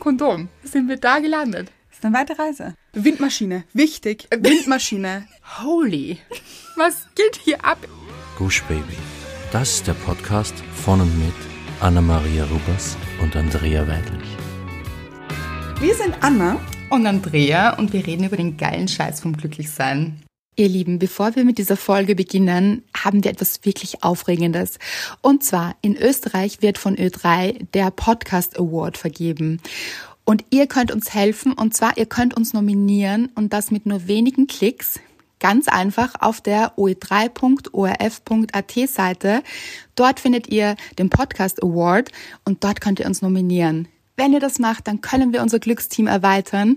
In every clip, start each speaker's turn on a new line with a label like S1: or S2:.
S1: Kondom sind wir da gelandet. Äh,
S2: Ist eine weite Reise.
S3: Windmaschine, wichtig. Windmaschine.
S1: Holy. Was geht hier ab?
S4: Gush Baby. Das ist der Podcast von und mit Anna-Maria Rubers und Andrea Weidlich.
S3: Wir sind Anna.
S1: Und Andrea und wir reden über den geilen Scheiß vom Glücklichsein. Ihr Lieben, bevor wir mit dieser Folge beginnen, haben wir etwas wirklich Aufregendes. Und zwar, in Österreich wird von Ö3 der Podcast Award vergeben. Und ihr könnt uns helfen, und zwar, ihr könnt uns nominieren und das mit nur wenigen Klicks. Ganz einfach auf der oe3.orf.at Seite. Dort findet ihr den Podcast Award und dort könnt ihr uns nominieren. Wenn ihr das macht, dann können wir unser Glücksteam erweitern.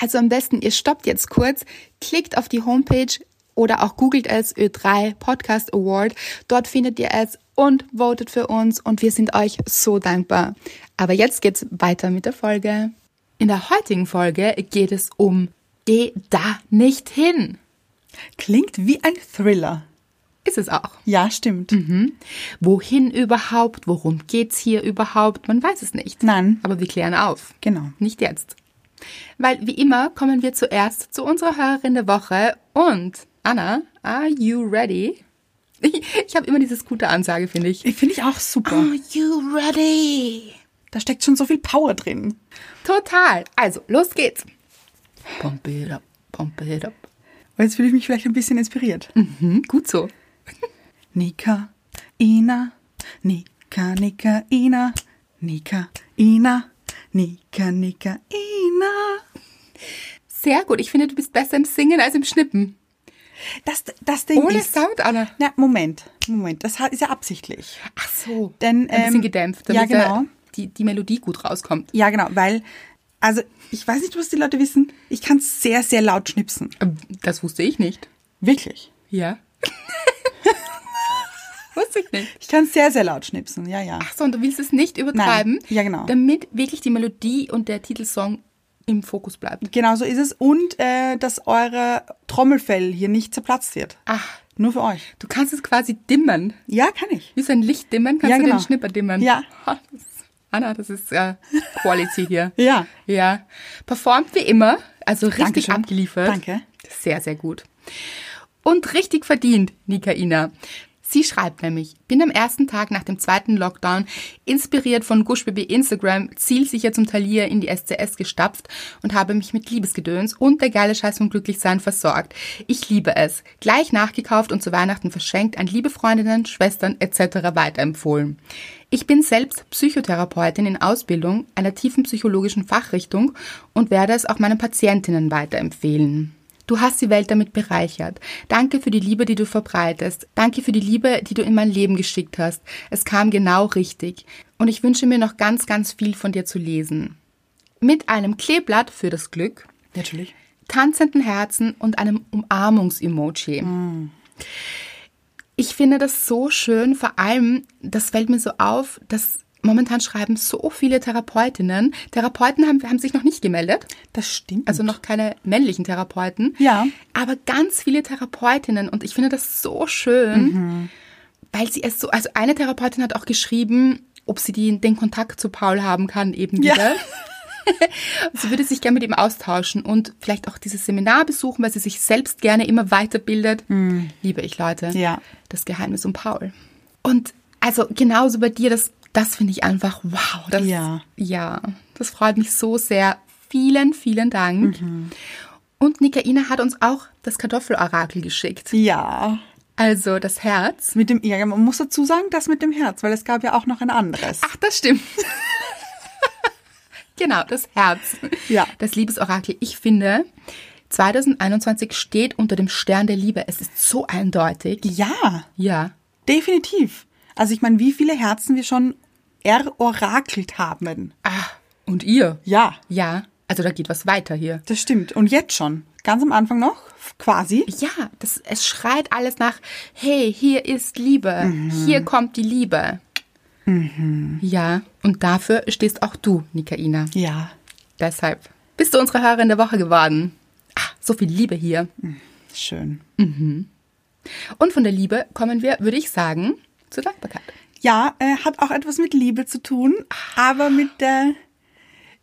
S1: Also am besten, ihr stoppt jetzt kurz, klickt auf die Homepage oder auch googelt es Ö3 Podcast Award. Dort findet ihr es und votet für uns und wir sind euch so dankbar. Aber jetzt geht's weiter mit der Folge. In der heutigen Folge geht es um Geh da nicht hin.
S2: Klingt wie ein Thriller.
S1: Ist es auch.
S2: Ja, stimmt.
S1: Mhm. Wohin überhaupt? Worum geht's hier überhaupt? Man weiß es nicht.
S2: Nein.
S1: Aber wir klären auf.
S2: Genau.
S1: Nicht jetzt. Weil wie immer kommen wir zuerst zu unserer Hörerin der Woche und Anna, are you ready? Ich, ich habe immer diese gute Ansage, finde ich.
S2: Finde ich auch super.
S1: Are you ready?
S2: Da steckt schon so viel Power drin.
S1: Total. Also, los geht's. Pump it up, pump it up.
S2: Und jetzt fühle ich mich vielleicht ein bisschen inspiriert.
S1: Hm, gut so.
S2: Nika, Ina, Nika, Nika, Ina, Nika, Ina, Nika, Nika, Ina.
S1: Sehr gut. Ich finde, du bist besser im Singen als im Schnippen.
S2: Das, das Ding
S1: Ohne
S2: ist...
S1: Sound, Anna.
S2: Na, Moment, Moment. Das ist ja absichtlich.
S1: Ach so. Ein
S2: Denn,
S1: bisschen
S2: ähm,
S1: gedämpft,
S2: ja,
S1: damit da
S2: genau.
S1: die, die Melodie gut rauskommt.
S2: Ja, genau, weil... Also, ich weiß nicht, was die Leute wissen. Ich kann sehr, sehr laut schnipsen.
S1: Ähm, Das wusste ich nicht.
S2: Wirklich?
S1: Ja. wusste ich nicht.
S2: Ich kann sehr, sehr laut schnipsen. Ja, ja.
S1: Ach so, und du willst es nicht übertreiben,
S2: Nein. Ja, genau.
S1: damit wirklich die Melodie und der Titelsong im Fokus bleibt.
S2: Genau so ist es. Und äh, dass eure Trommelfell hier nicht zerplatzt wird.
S1: Ach,
S2: Nur für euch.
S1: Ah, du kannst es quasi dimmen.
S2: Ja, kann ich.
S1: Wie so ein Licht dimmen, kannst
S2: Ja,
S1: du
S2: genau.
S1: den Schnipper dimmen.
S2: Ja.
S1: Ha, das ist- Anna, das ist äh, Quality hier.
S2: Ja.
S1: Ja. Performt wie immer, also richtig
S2: Dankeschön.
S1: abgeliefert.
S2: Danke.
S1: Sehr, sehr gut. Und richtig verdient, Nikaina. Sie schreibt nämlich, bin am ersten Tag nach dem zweiten Lockdown inspiriert von Gushbaby Instagram zielsicher zum Talier in die SCS gestapft und habe mich mit Liebesgedöns und der geile Scheiß vom Glücklichsein versorgt. Ich liebe es. Gleich nachgekauft und zu Weihnachten verschenkt an liebe Freundinnen, Schwestern etc. weiterempfohlen. Ich bin selbst Psychotherapeutin in Ausbildung einer tiefen psychologischen Fachrichtung und werde es auch meinen Patientinnen weiterempfehlen. Du hast die Welt damit bereichert. Danke für die Liebe, die du verbreitest. Danke für die Liebe, die du in mein Leben geschickt hast. Es kam genau richtig. Und ich wünsche mir noch ganz, ganz viel von dir zu lesen. Mit einem Kleeblatt für das Glück,
S2: Natürlich.
S1: tanzenden Herzen und einem Umarmungs-Emoji. Ich finde das so schön, vor allem, das fällt mir so auf, dass momentan schreiben so viele Therapeutinnen. Therapeuten haben, haben sich noch nicht gemeldet.
S2: Das stimmt.
S1: Also noch keine männlichen Therapeuten.
S2: Ja.
S1: Aber ganz viele Therapeutinnen. Und ich finde das so schön,
S2: Mhm.
S1: weil sie es so, also eine Therapeutin hat auch geschrieben, ob sie die, den Kontakt zu Paul haben kann, eben
S2: Ja.
S1: wieder. sie würde sich gerne mit ihm austauschen und vielleicht auch dieses Seminar besuchen, weil sie sich selbst gerne immer weiterbildet. Liebe ich, Leute.
S2: Mhm. Ja.
S1: Das Geheimnis um Paul. Und also genauso bei dir, das, das finde ich einfach wow. Das,
S2: Ja.
S1: Ja, das freut mich so sehr. Vielen, vielen Dank.
S2: Mhm.
S1: Und Nikaina hat uns auch das Kartoffelorakel geschickt.
S2: ja.
S1: Also das Herz.
S2: Mit dem, ja, man muss dazu sagen, das mit dem Herz, weil es gab ja auch noch ein anderes.
S1: Ach, das stimmt. genau, das Herz.
S2: Ja.
S1: Das Liebesorakel. Ich finde, 2021 steht unter dem Stern der Liebe. Es ist so eindeutig.
S2: Ja,
S1: Ja.
S2: definitiv. Also ich meine, wie viele Herzen wir schon erorakelt haben.
S1: Ah, und ihr?
S2: Ja,
S1: Ja. Also da geht was weiter hier.
S2: das stimmt. Und jetzt schon. Ganz am Anfang noch, quasi.
S1: Ja, das, es schreit alles nach, hey, hier ist Liebe, hier kommt die Liebe. Ja, und dafür stehst auch du, Nikaina.
S2: Ja,
S1: Deshalb bist du unsere Hörerin der Woche geworden. Ah, so viel Liebe hier.
S2: schön.
S1: Und von der Liebe kommen wir, würde ich sagen, zur Dankbarkeit.
S2: Ja, äh, hat auch etwas mit Liebe zu tun, aber mit der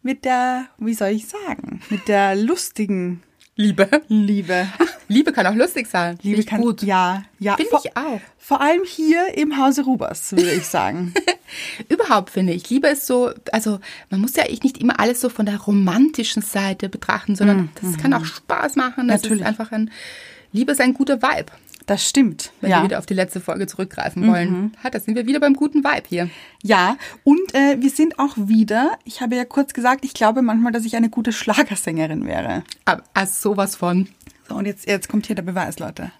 S2: mit der, wie soll ich sagen, mit der lustigen
S1: Liebe.
S2: Liebe.
S1: Liebe kann auch lustig sein. Finde ich gut.
S2: Ja, ja.
S1: Finde
S2: vor,
S1: ich auch.
S2: Vor allem hier im Hause Rubers, würde ich sagen.
S1: Überhaupt finde ich, Liebe ist so, also man muss ja echt nicht immer alles so von der romantischen Seite betrachten, sondern das kann auch Spaß machen. Das
S2: Mhm. Natürlich.
S1: ist einfach ein, Liebe ist ein guter Vibe,
S2: Das stimmt.
S1: wenn wir wieder auf die letzte Folge zurückgreifen
S2: Mhm.
S1: wollen. Ha, da sind wir wieder beim guten Vibe hier.
S2: Ja, und äh, wir sind auch wieder, ich habe ja kurz gesagt, ich glaube manchmal, dass ich eine gute Schlagersängerin wäre.
S1: Aber also sowas von.
S2: So, und jetzt, jetzt kommt hier der Beweis, Leute.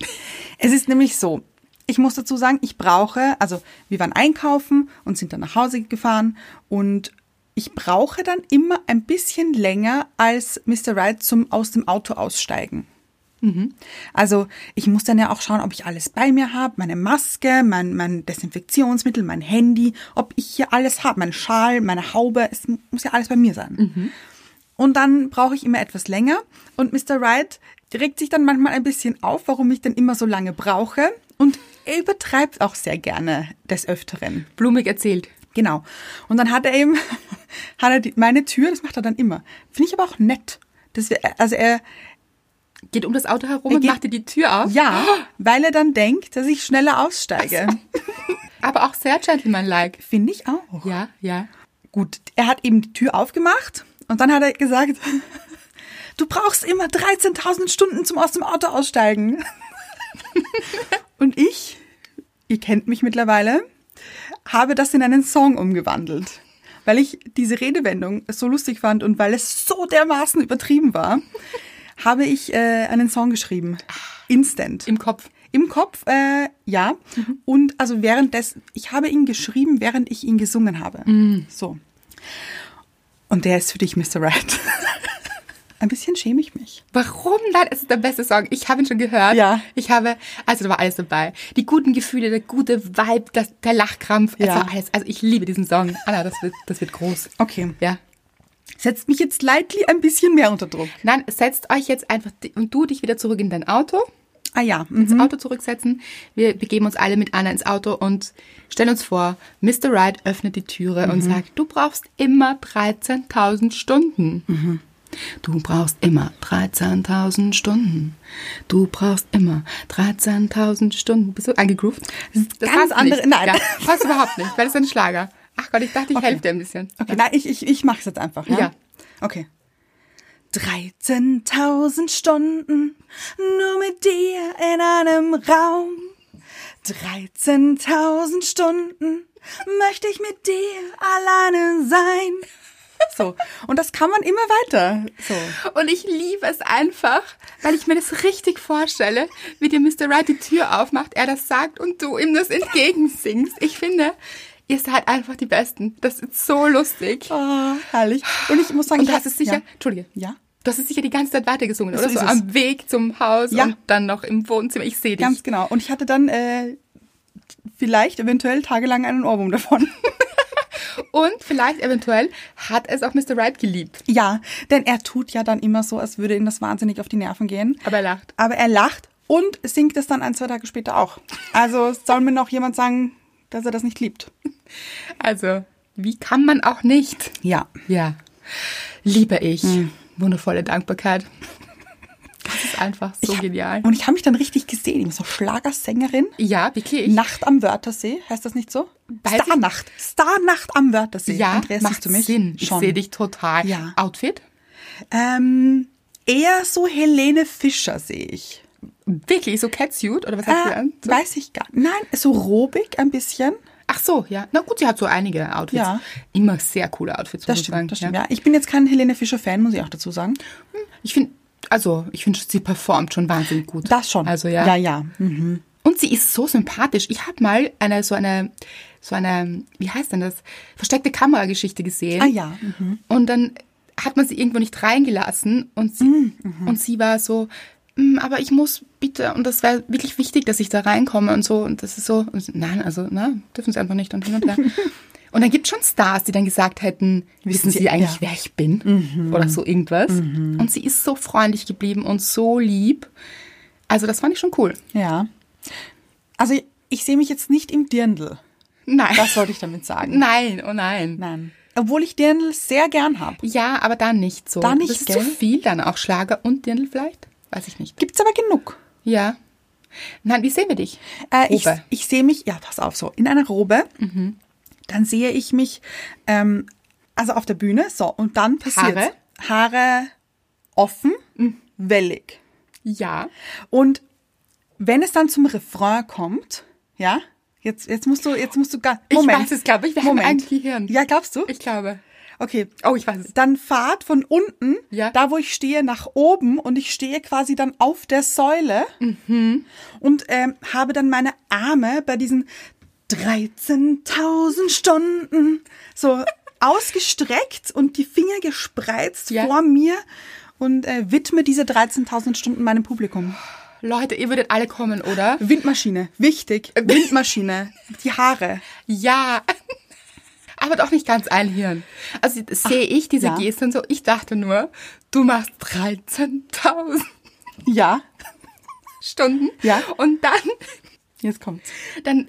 S2: Es ist nämlich so, ich muss dazu sagen, ich brauche, also wir waren einkaufen und sind dann nach Hause gefahren und ich brauche dann immer ein bisschen länger als Mr. Wright zum aus dem Auto aussteigen. Also ich muss dann ja auch schauen, ob ich alles bei mir habe, meine Maske, mein, mein Desinfektionsmittel, mein Handy, ob ich hier alles habe, mein Schal, meine Haube, es muss ja alles bei mir sein. Und dann brauche ich immer etwas länger. Und Mr. Wright regt sich dann manchmal ein bisschen auf, warum ich dann immer so lange brauche. Und er übertreibt auch sehr gerne des Öfteren.
S1: Blumig erzählt.
S2: Genau. Und dann hat er eben, hat er die, meine Tür, das macht er dann immer. Finde ich aber auch nett. Das wär, also er,
S1: Geht um das Auto herum
S2: Er
S1: und
S2: geht-
S1: macht dir die Tür auf.
S2: ja, weil er dann denkt, dass ich schneller aussteige.
S1: Aber auch sehr gentleman-like.
S2: Finde ich auch.
S1: Ja, ja.
S2: Gut, er hat eben die Tür aufgemacht und dann hat er gesagt, du brauchst immer 13.000 Stunden zum aus dem Auto aussteigen. und ich, ihr kennt mich mittlerweile, habe das in einen Song umgewandelt, weil ich diese Redewendung so lustig fand und weil es so dermaßen übertrieben war, habe ich äh, einen Song geschrieben. Instant.
S1: Im Kopf.
S2: Im Kopf, äh, ja. Und also währenddessen, ich habe ihn geschrieben, während ich ihn gesungen habe. So. Und der ist für dich, Mr. Right. Ein bisschen schäme ich mich.
S1: Warum? Nein, es ist der beste Song. Ich habe ihn schon gehört.
S2: Ja.
S1: Ich habe, also da war alles dabei. Die guten Gefühle, der gute Vibe, das, der Lachkrampf. Es
S2: Ja.
S1: war alles. Also ich liebe diesen Song. Anna, das wird, das wird groß.
S2: Okay.
S1: Ja.
S2: Setzt mich jetzt lightly ein bisschen mehr unter Druck.
S1: Nein, setzt euch jetzt einfach di- und du dich wieder zurück in dein Auto.
S2: Ah ja.
S1: Ins Auto zurücksetzen. Wir begeben uns alle mit Anna ins Auto und stellen uns vor, Mr. Wright öffnet die Türe und sagt, du brauchst immer 13.000 Stunden. Du brauchst immer 13.000 Stunden. Du brauchst immer 13.000 Stunden. Bist du eingegroovt? Das ist
S2: ganz andere-
S1: Nicht.
S2: nein.
S1: Ja, passt überhaupt nicht, weil das ist ein Schlager. Ach Gott, ich dachte, ich helfe dir ein bisschen.
S2: Okay, nein, ich, ich, ich mach's jetzt einfach. Ja.
S1: Ja.
S2: Okay. 13.000 Stunden nur mit dir in einem Raum. 13.000 Stunden möchte ich mit dir alleine sein. So. Und das kann man immer weiter. So.
S1: Und ich liebe es einfach, weil ich mir das richtig vorstelle, wie dir Mr. Wright die Tür aufmacht, er das sagt und du ihm das entgegensingst. Ich finde, ihr seid einfach die Besten. Das ist so lustig.
S2: Oh, herrlich. Und ich muss sagen,
S1: Ah. Und du
S2: ich
S1: hast es sicher,
S2: Ja.
S1: Entschuldige,
S2: ja.
S1: du hast es sicher die ganze Zeit weitergesungen,
S2: So
S1: oder?
S2: ist
S1: So
S2: es.
S1: am Weg zum Haus
S2: Ja.
S1: und dann noch im Wohnzimmer. Ich sehe dich.
S2: Ganz genau. Und ich hatte dann äh, vielleicht eventuell tagelang einen Ohrwurm davon.
S1: Und vielleicht eventuell hat es auch Mr. Wright geliebt.
S2: Ja, denn er tut ja dann immer so, als würde ihm das wahnsinnig auf die Nerven gehen.
S1: Aber er lacht.
S2: Aber er lacht und singt es dann ein, zwei Tage später auch. Also soll mir noch jemand sagen, dass er das nicht liebt.
S1: Also, wie kann man auch nicht?
S2: Ja.
S1: Ja, liebe ich.
S2: Hm.
S1: Wundervolle Dankbarkeit. Das ist einfach so
S2: ich hab,
S1: genial.
S2: Und ich habe mich dann richtig gesehen. Ich so Schlagersängerin.
S1: Ja, wirklich.
S2: Nacht am Wörthersee, heißt das nicht so?
S1: Weiß ich-
S2: Starnacht. Starnacht am Wörthersee.
S1: ja,
S2: Andreas,
S1: macht
S2: siehst du mich?
S1: Sinn. Ich
S2: Schon.
S1: sehe dich total.
S2: Ja.
S1: Outfit?
S2: Ähm, eher so Helene Fischer sehe ich.
S1: Wirklich, so Catsuit oder was hast du
S2: Äh,
S1: an? So.
S2: weiß ich gar nicht. Nein, so robig ein bisschen.
S1: Ach so, ja. Na gut, sie hat so einige Outfits.
S2: Ja.
S1: Immer sehr coole Outfits, muss
S2: Das
S1: ich sagen.
S2: stimmt, das stimmt. Ja. ich bin jetzt kein Helene Fischer Fan, muss ich auch dazu sagen.
S1: Ich finde, also, ich finde, sie performt schon wahnsinnig gut.
S2: Das schon.
S1: Also, ja.
S2: Ja, ja. Mhm.
S1: Und sie ist so sympathisch. Ich habe mal eine, so eine, so eine, wie heißt denn das? Versteckte Kamerageschichte gesehen.
S2: Ah ja.
S1: Und dann hat man sie irgendwo nicht reingelassen und sie,
S2: Mhm.
S1: und sie war so, "Mm, aber ich muss bitte, und das wäre wirklich wichtig, dass ich da reinkomme und so. Und das ist so, und, sie, nein, also, na, dürfen sie einfach nicht und hin und her. Und dann gibt es schon Stars, die dann gesagt hätten, wissen, Sie,
S2: Sie-
S1: eigentlich,
S2: ja. Mhm.
S1: wer ich bin? Oder so irgendwas. Und sie ist so freundlich geblieben und so lieb. Also das fand ich schon cool.
S2: Ja. Also ich, ich sehe mich jetzt nicht im Dirndl.
S1: Nein.
S2: Das wollte ich damit sagen.
S1: Nein, oh nein.
S2: Nein. obwohl ich Dirndl sehr gern habe.
S1: Ja, aber da nicht so.
S2: Da nicht,
S1: das ist
S2: gell?
S1: zu viel dann auch Schlager und Dirndl vielleicht? Weiß ich nicht.
S2: Gibt's aber genug.
S1: Ja. Nein, wie sehen wir dich?
S2: Äh, ich
S1: Robe. Mhm.
S2: ich sehe mich, ja, pass auf, so in einer Robe. Dann sehe ich mich, ähm, also auf der Bühne, so, und dann passiert
S1: Haare? Mhm.
S2: Haare offen, wellig.
S1: Ja.
S2: Und wenn es dann zum Refrain kommt, ja, jetzt, jetzt musst du, jetzt musst du gar,
S1: Ich
S2: Moment.
S1: weiß es, glaube ich. Wir haben ein Gehirn.
S2: Ja, glaubst du?
S1: Ich glaube.
S2: okay.
S1: Oh, ich weiß es.
S2: Dann fahrt von unten,
S1: Ja.
S2: da wo ich stehe, nach oben und ich stehe quasi dann auf der Säule und ähm, habe dann meine Arme bei diesen 13.000 Stunden so ausgestreckt und die Finger gespreizt
S1: Ja.
S2: vor mir und äh, widme diese 13.000 Stunden meinem Publikum.
S1: Leute, ihr würdet alle kommen, oder?
S2: Windmaschine, wichtig, Windmaschine, die Haare.
S1: Ja. Aber doch nicht ganz ein Hirn. Also sehe ich diese
S2: ja.
S1: Gesten so. Ich dachte nur, du machst 13.000
S2: Ja,
S1: Stunden.
S2: Ja.
S1: Und dann
S2: jetzt kommt's.
S1: dann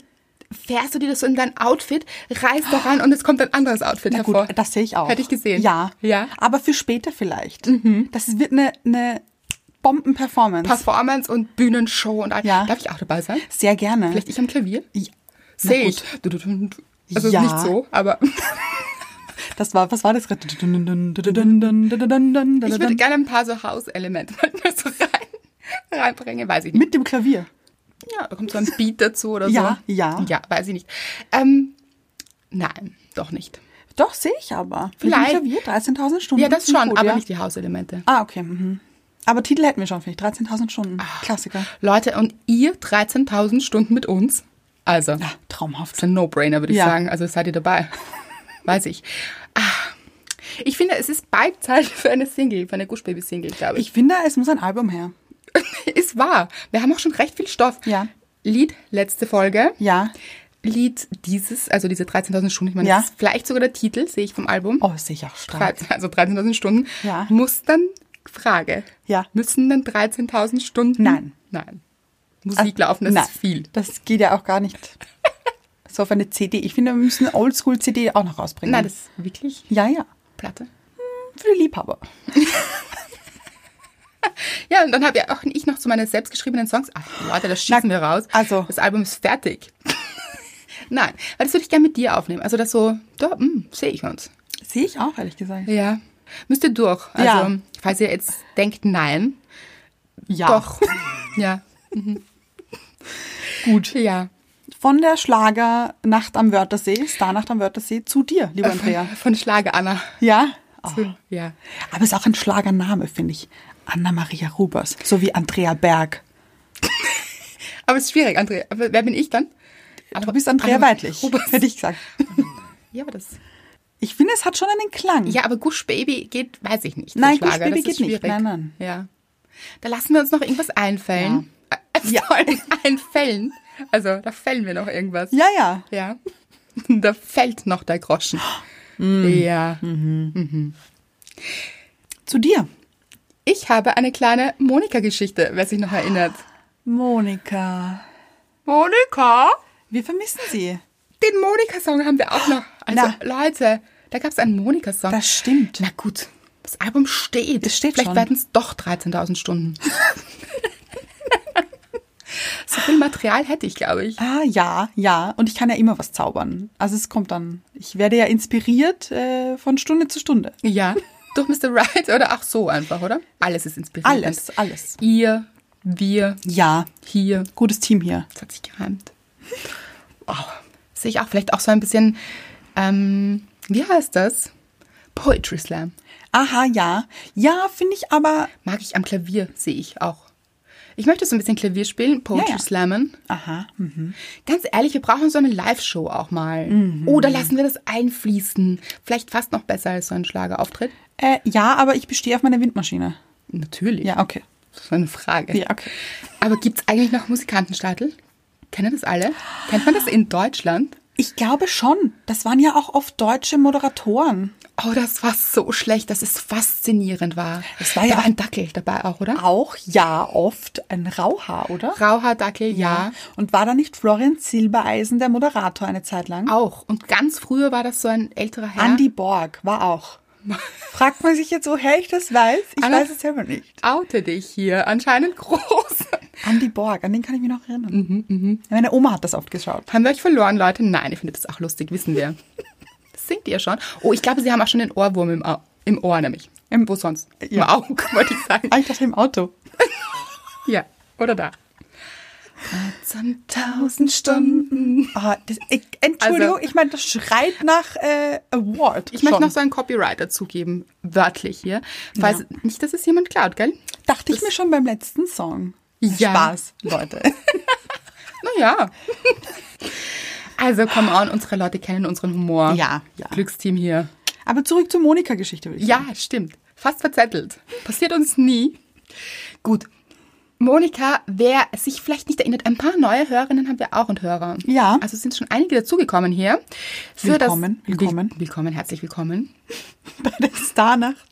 S1: fährst du dir das so in dein Outfit, reißt daran und es kommt ein anderes Outfit
S2: Oh. Na
S1: hervor.
S2: gut, das sehe ich auch.
S1: Hätte ich gesehen.
S2: Ja.
S1: Ja. Mhm.
S2: Aber für später vielleicht. Das wird eine, eine Bomben-Performance.
S1: Performance und Bühnenshow und all.
S2: Ja.
S1: Darf ich auch dabei sein?
S2: Sehr gerne.
S1: Vielleicht ich am Klavier?
S2: Ja. Na
S1: Sehe ich.
S2: gut.
S1: Du, du, du, du. Also
S2: Ja.
S1: nicht so, aber
S2: Das war, was war das gerade? Ich
S1: ich würde
S2: würde
S1: gerne ein paar so House-Elemente manchmal so rein, reinbringen, weiß ich nicht.
S2: mit dem Klavier.
S1: Ja, da kommt so ein Beat dazu oder
S2: Ja,
S1: so.
S2: ja.
S1: Ja, weiß ich nicht. Ähm, nein, doch nicht.
S2: Doch, sehe ich aber.
S1: Vielleicht.
S2: Mit dem Klavier, 13.000 Stunden.
S1: Ja, das
S2: Klingt
S1: schon,
S2: gut,
S1: aber
S2: ja.
S1: nicht die House-Elemente.
S2: Ah, okay. Mhm. Aber Titel hätten wir schon, finde ich. 13.000 Stunden.
S1: Ah.
S2: Klassiker.
S1: Leute, und ihr 13.000 Stunden mit uns? Also.
S2: Ja, traumhaft.
S1: ist ein No-Brainer, würde ich
S2: Ja.
S1: sagen. Also seid ihr dabei. Weiß ich. Ah. Ich finde, es ist bald Zeit für eine Single, für eine Gush Baby Single, glaube ich.
S2: Ich finde, es muss ein Album her.
S1: Ist wahr. Wir haben auch schon recht viel Stoff.
S2: Ja.
S1: Lied, letzte Folge.
S2: Ja.
S1: Lied dieses, also diese 13.000 Stunden, ich meine,
S2: Ja.
S1: das ist vielleicht sogar der Titel, sehe ich vom Album.
S2: Oh, sehe ich auch stark.
S1: 13, also 13.000 Stunden.
S2: Ja.
S1: Muss dann, Frage.
S2: Ja.
S1: Müssen dann 13.000 Stunden?
S2: Nein. Äh,
S1: Nein. Musik laufen, das ist viel.
S2: Das geht ja auch gar nicht. So auf eine CD. Ich finde, wir müssen Oldschool-CD auch noch rausbringen.
S1: Nein, das ist wirklich
S2: ja, ja.
S1: Platte.
S2: Für die Liebhaber.
S1: Ja, und dann habe ja auch ich noch zu meinen selbstgeschriebenen Songs. Ach, Leute, das schießen
S2: Ah, Na,
S1: wir raus.
S2: also.
S1: Das Album ist fertig. Nein, weil das würde ich gerne mit dir aufnehmen. Also das so, da hm, sehe ich uns.
S2: Sehe ich auch, ehrlich gesagt.
S1: Ja. Müsst ihr durch. Also,
S2: Ja.
S1: falls ihr jetzt denkt, nein,
S2: Ja. Mhm.
S1: doch. ja,
S2: Gut.
S1: ja.
S2: Von der Schlagernacht am Wörthersee, Starnacht am Wörthersee, zu dir, lieber Andrea.
S1: Von, von Schlager Anna.
S2: Ja? Oh.
S1: Äh, Zu, ja.
S2: Aber es ist auch ein Schlagername, finde ich. Anna-Maria Rubers. So wie Andrea Berg.
S1: Aber es ist schwierig, Andrea. Aber wer bin ich dann?
S2: Du bist Andrea Weidlich,
S1: Rubers.
S2: hätte ich gesagt.
S1: Ja, aber das.
S2: Ich finde, es hat schon einen Klang.
S1: Ja, aber Gush Baby geht, weiß ich nicht.
S2: Hm. Nein,
S1: Schlager,
S2: Gush Baby
S1: das ist
S2: geht nicht.
S1: schwierig.
S2: Nein, nein.
S1: Ja. Da lassen wir uns noch irgendwas Äh, einfällen. Ja. Einfällen. Also, da fällen wir noch irgendwas.
S2: Ja, ja.
S1: Ja. Da fällt noch der Groschen.
S2: Mm.
S1: Ja.
S2: Zu dir.
S1: Ich habe eine kleine Monika-Geschichte, wer sich noch erinnert.
S2: Monika.
S1: Monika?
S2: Wir vermissen sie.
S1: Den Monika-Song haben wir auch noch. Also, Leute, da gab es einen Monika-Song.
S2: Das stimmt.
S1: Na gut, das Album steht.
S2: Es steht
S1: Vielleicht
S2: schon.
S1: werden es doch 13.000 Stunden. so viel Material hätte ich, glaube ich.
S2: Ah, ja, ja. Und ich kann ja immer was zaubern. Also es kommt dann. Ich werde ja inspiriert äh, von Stunde zu Stunde.
S1: Ja. Durch Mr. Right oder auch so einfach, oder? Alles ist inspirierend.
S2: Alles, alles.
S1: Ihr, wir,
S2: Ja,
S1: hier.
S2: gutes Team hier.
S1: Das hat sich gereimt. Wow. Sehe ich auch vielleicht auch so ein bisschen, ähm, wie heißt das? Poetry Slam.
S2: Aha, ja. Ja, finde ich aber.
S1: Mag ich am Klavier, sehe ich auch. Ich möchte so ein bisschen Klavier spielen, Poetry
S2: Ja, ja.
S1: Slammen.
S2: Aha. Mhm.
S1: Ganz ehrlich, wir brauchen so eine Live-Show auch mal. Oder lassen wir das einfließen. Vielleicht fast noch besser als so ein Schlagerauftritt.
S2: Äh, ja, aber ich bestehe auf meiner Windmaschine.
S1: Natürlich.
S2: Ja, okay.
S1: Das ist eine Frage.
S2: Ja, okay.
S1: Aber gibt es eigentlich noch Musikantenstadel? Kennen das alle? Kennt man das in Deutschland?
S2: Ich glaube schon. Das waren ja auch oft deutsche Moderatoren.
S1: Oh, das war so schlecht, dass es faszinierend war.
S2: Es war ja
S1: da war ein Dackel dabei auch, oder?
S2: Auch ja oft ein Rauhaar, oder?
S1: Rauhaardackel, ja.
S2: Und war da nicht Florian Silbereisen der Moderator eine Zeit lang?
S1: Auch. Und ganz früher war das so ein älterer Herr.
S2: Andy Borg war auch. Fragt man sich jetzt, woher ich das weiß? Ich
S1: Anna-
S2: weiß es selber nicht.
S1: Oute dich hier. Anscheinend groß.
S2: Andy Borg, an den kann ich mich noch erinnern.
S1: Mhm,
S2: Meine Oma hat das oft geschaut.
S1: Haben wir euch verloren, Leute? Nein, ihr findet das auch lustig, wissen wir. Das singt ihr schon. Oh, ich glaube, sie haben auch schon den Ohrwurm im, Au- im Ohr, nämlich.
S2: Im-
S1: Wo sonst? Im
S2: Ja.
S1: Auge, wollte ich sagen.
S2: Ah, ich dachte im Auto.
S1: Ja, oder da.
S2: Tausend Stunden. Ah, das, ich, Entschuldigung,
S1: Also-
S2: ich meine, das schreit nach äh, Award.
S1: Ich möchte
S2: schon.
S1: noch so einen Copyright dazugeben, wörtlich hier. Falls nicht, dass es jemand klaut, gell?
S2: Dachte ich mir schon beim letzten Song.
S1: Ja.
S2: Spaß, Leute.
S1: Naja. Also, come on, unsere Leute kennen unseren Humor.
S2: Ja, ja.
S1: Glücksteam hier.
S2: Aber zurück zur Monika-Geschichte. würde ich
S1: Ja, stimmt. Fast verzettelt. Passiert uns nie. Gut. Monika, wer sich vielleicht nicht erinnert, ein paar neue Hörerinnen haben wir auch und Hörer.
S2: Ja.
S1: Also sind schon einige dazugekommen hier.
S2: Willkommen,
S1: Will-
S2: willkommen.
S1: Willkommen, herzlich willkommen.
S2: bei der Starnacht.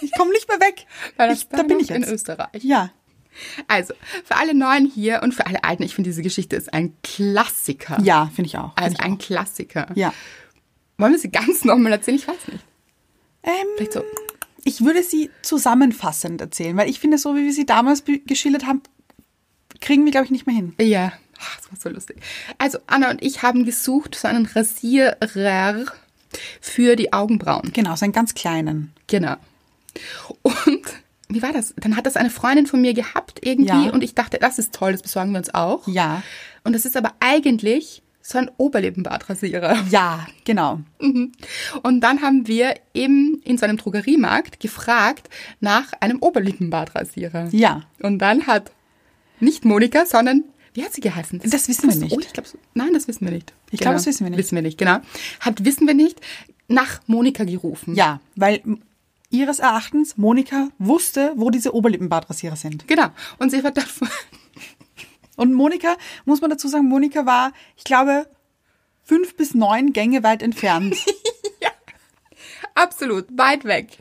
S2: ich komme nicht mehr weg.
S1: Bei der
S2: ich, da bin ich
S1: Starnacht
S2: jetzt.
S1: in Österreich.
S2: Ja.
S1: Also, für alle Neuen hier und für alle Alten, ich finde, diese Geschichte ist ein Klassiker.
S2: Ja, finde ich auch.
S1: Also
S2: Find ich
S1: ein Klassiker.
S2: auch. Ja.
S1: Wollen wir sie ganz nochmal erzählen? Ich weiß nicht.
S2: Ähm,
S1: Vielleicht so.
S2: ich würde sie zusammenfassend erzählen, weil ich finde, so wie wir sie damals be- geschildert haben, kriegen wir, glaube ich, nicht mehr hin.
S1: Ja, Ach, das war so lustig. Also, Anna und ich haben gesucht so einen Rasierer für die Augenbrauen.
S2: Genau, so einen ganz kleinen.
S1: Genau. Und wie war das? Dann hat das eine Freundin von mir gehabt irgendwie
S2: Ja.
S1: und ich dachte, das ist toll, das besorgen wir uns auch.
S2: Ja.
S1: Und das ist aber eigentlich so ein Oberlippenbartrasierer.
S2: Ja, genau.
S1: Und dann haben wir eben in so einem Drogeriemarkt gefragt nach einem Oberlippenbartrasierer.
S2: Ja.
S1: Und dann hat nicht Monika, sondern wie hat sie geheißen?
S2: Das wissen wir nicht.
S1: Oh, ich glaub, so- nein, das wissen wir nicht.
S2: Ich glaub, das wissen wir nicht.
S1: Wissen wir nicht, genau. Hat wissen wir nicht nach Monika gerufen.
S2: Ja, weil m- ihres Erachtens Monika wusste, wo diese Oberlippenbartrasierer sind.
S1: Genau. Und sie hat davon
S2: Und Monika, muss man dazu sagen, Monika war, ich glaube, fünf bis neun Gänge weit entfernt.
S1: absolut weit weg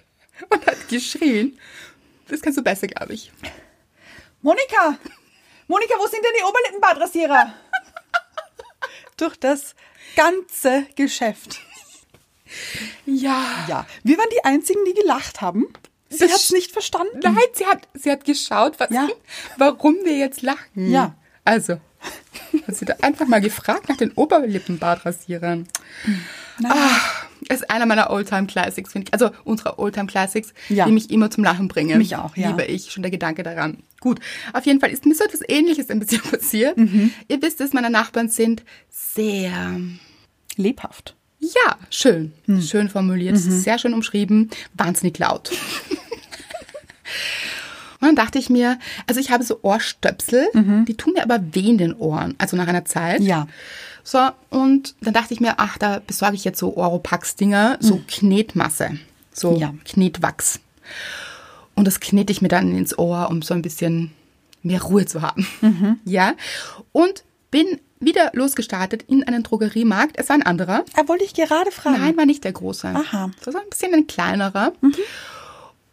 S1: und hat geschrien. Das kannst du besser, glaube ich.
S2: Monika! Monika, wo sind denn die Oberlippenbartrasierer? Durch das ganze Geschäft.
S1: Ja.
S2: Ja, wir waren die Einzigen, die gelacht haben. Sie
S1: Das
S2: hat es
S1: sch-
S2: nicht verstanden.
S1: Nein, sie hat, sie hat geschaut, was,
S2: Ja.
S1: warum wir jetzt lachen.
S2: Ja.
S1: Also, hat sie da einfach mal gefragt nach den Oberlippenbartrasierern. Ah, ist einer meiner Oldtime Classics, finde ich. Also unserer Oldtime Classics,
S2: Ja.
S1: die mich immer zum Lachen bringen.
S2: Mich auch, ja.
S1: Liebe ich, schon der Gedanke daran. Gut, auf jeden Fall ist mir so etwas Ähnliches ein bisschen passiert.
S2: Mhm.
S1: Ihr wisst es, meine Nachbarn sind sehr
S2: Lebhaft.
S1: ja, schön.
S2: Hm.
S1: Schön
S2: Mhm.
S1: formuliert, sehr schön umschrieben, wahnsinnig laut. Und dann dachte ich mir, also ich habe so Ohrstöpsel, die tun mir aber weh in den Ohren, also nach einer Zeit.
S2: Mhm. Ja.
S1: So, und dann dachte ich mir, ach, da besorge ich jetzt so Oropax-Dinger, so Knetmasse, so
S2: Mhm. Ja.
S1: Knetwachs. Und das knete ich mir dann ins Ohr, um so ein bisschen mehr Ruhe zu haben.
S2: Mhm.
S1: Ja, und bin wieder losgestartet in einen Drogeriemarkt. Es war ein anderer.
S2: Da Ah, wollte ich gerade fragen.
S1: Nein, war nicht der große.
S2: Aha. Mhm.
S1: Das war ein bisschen ein kleinerer.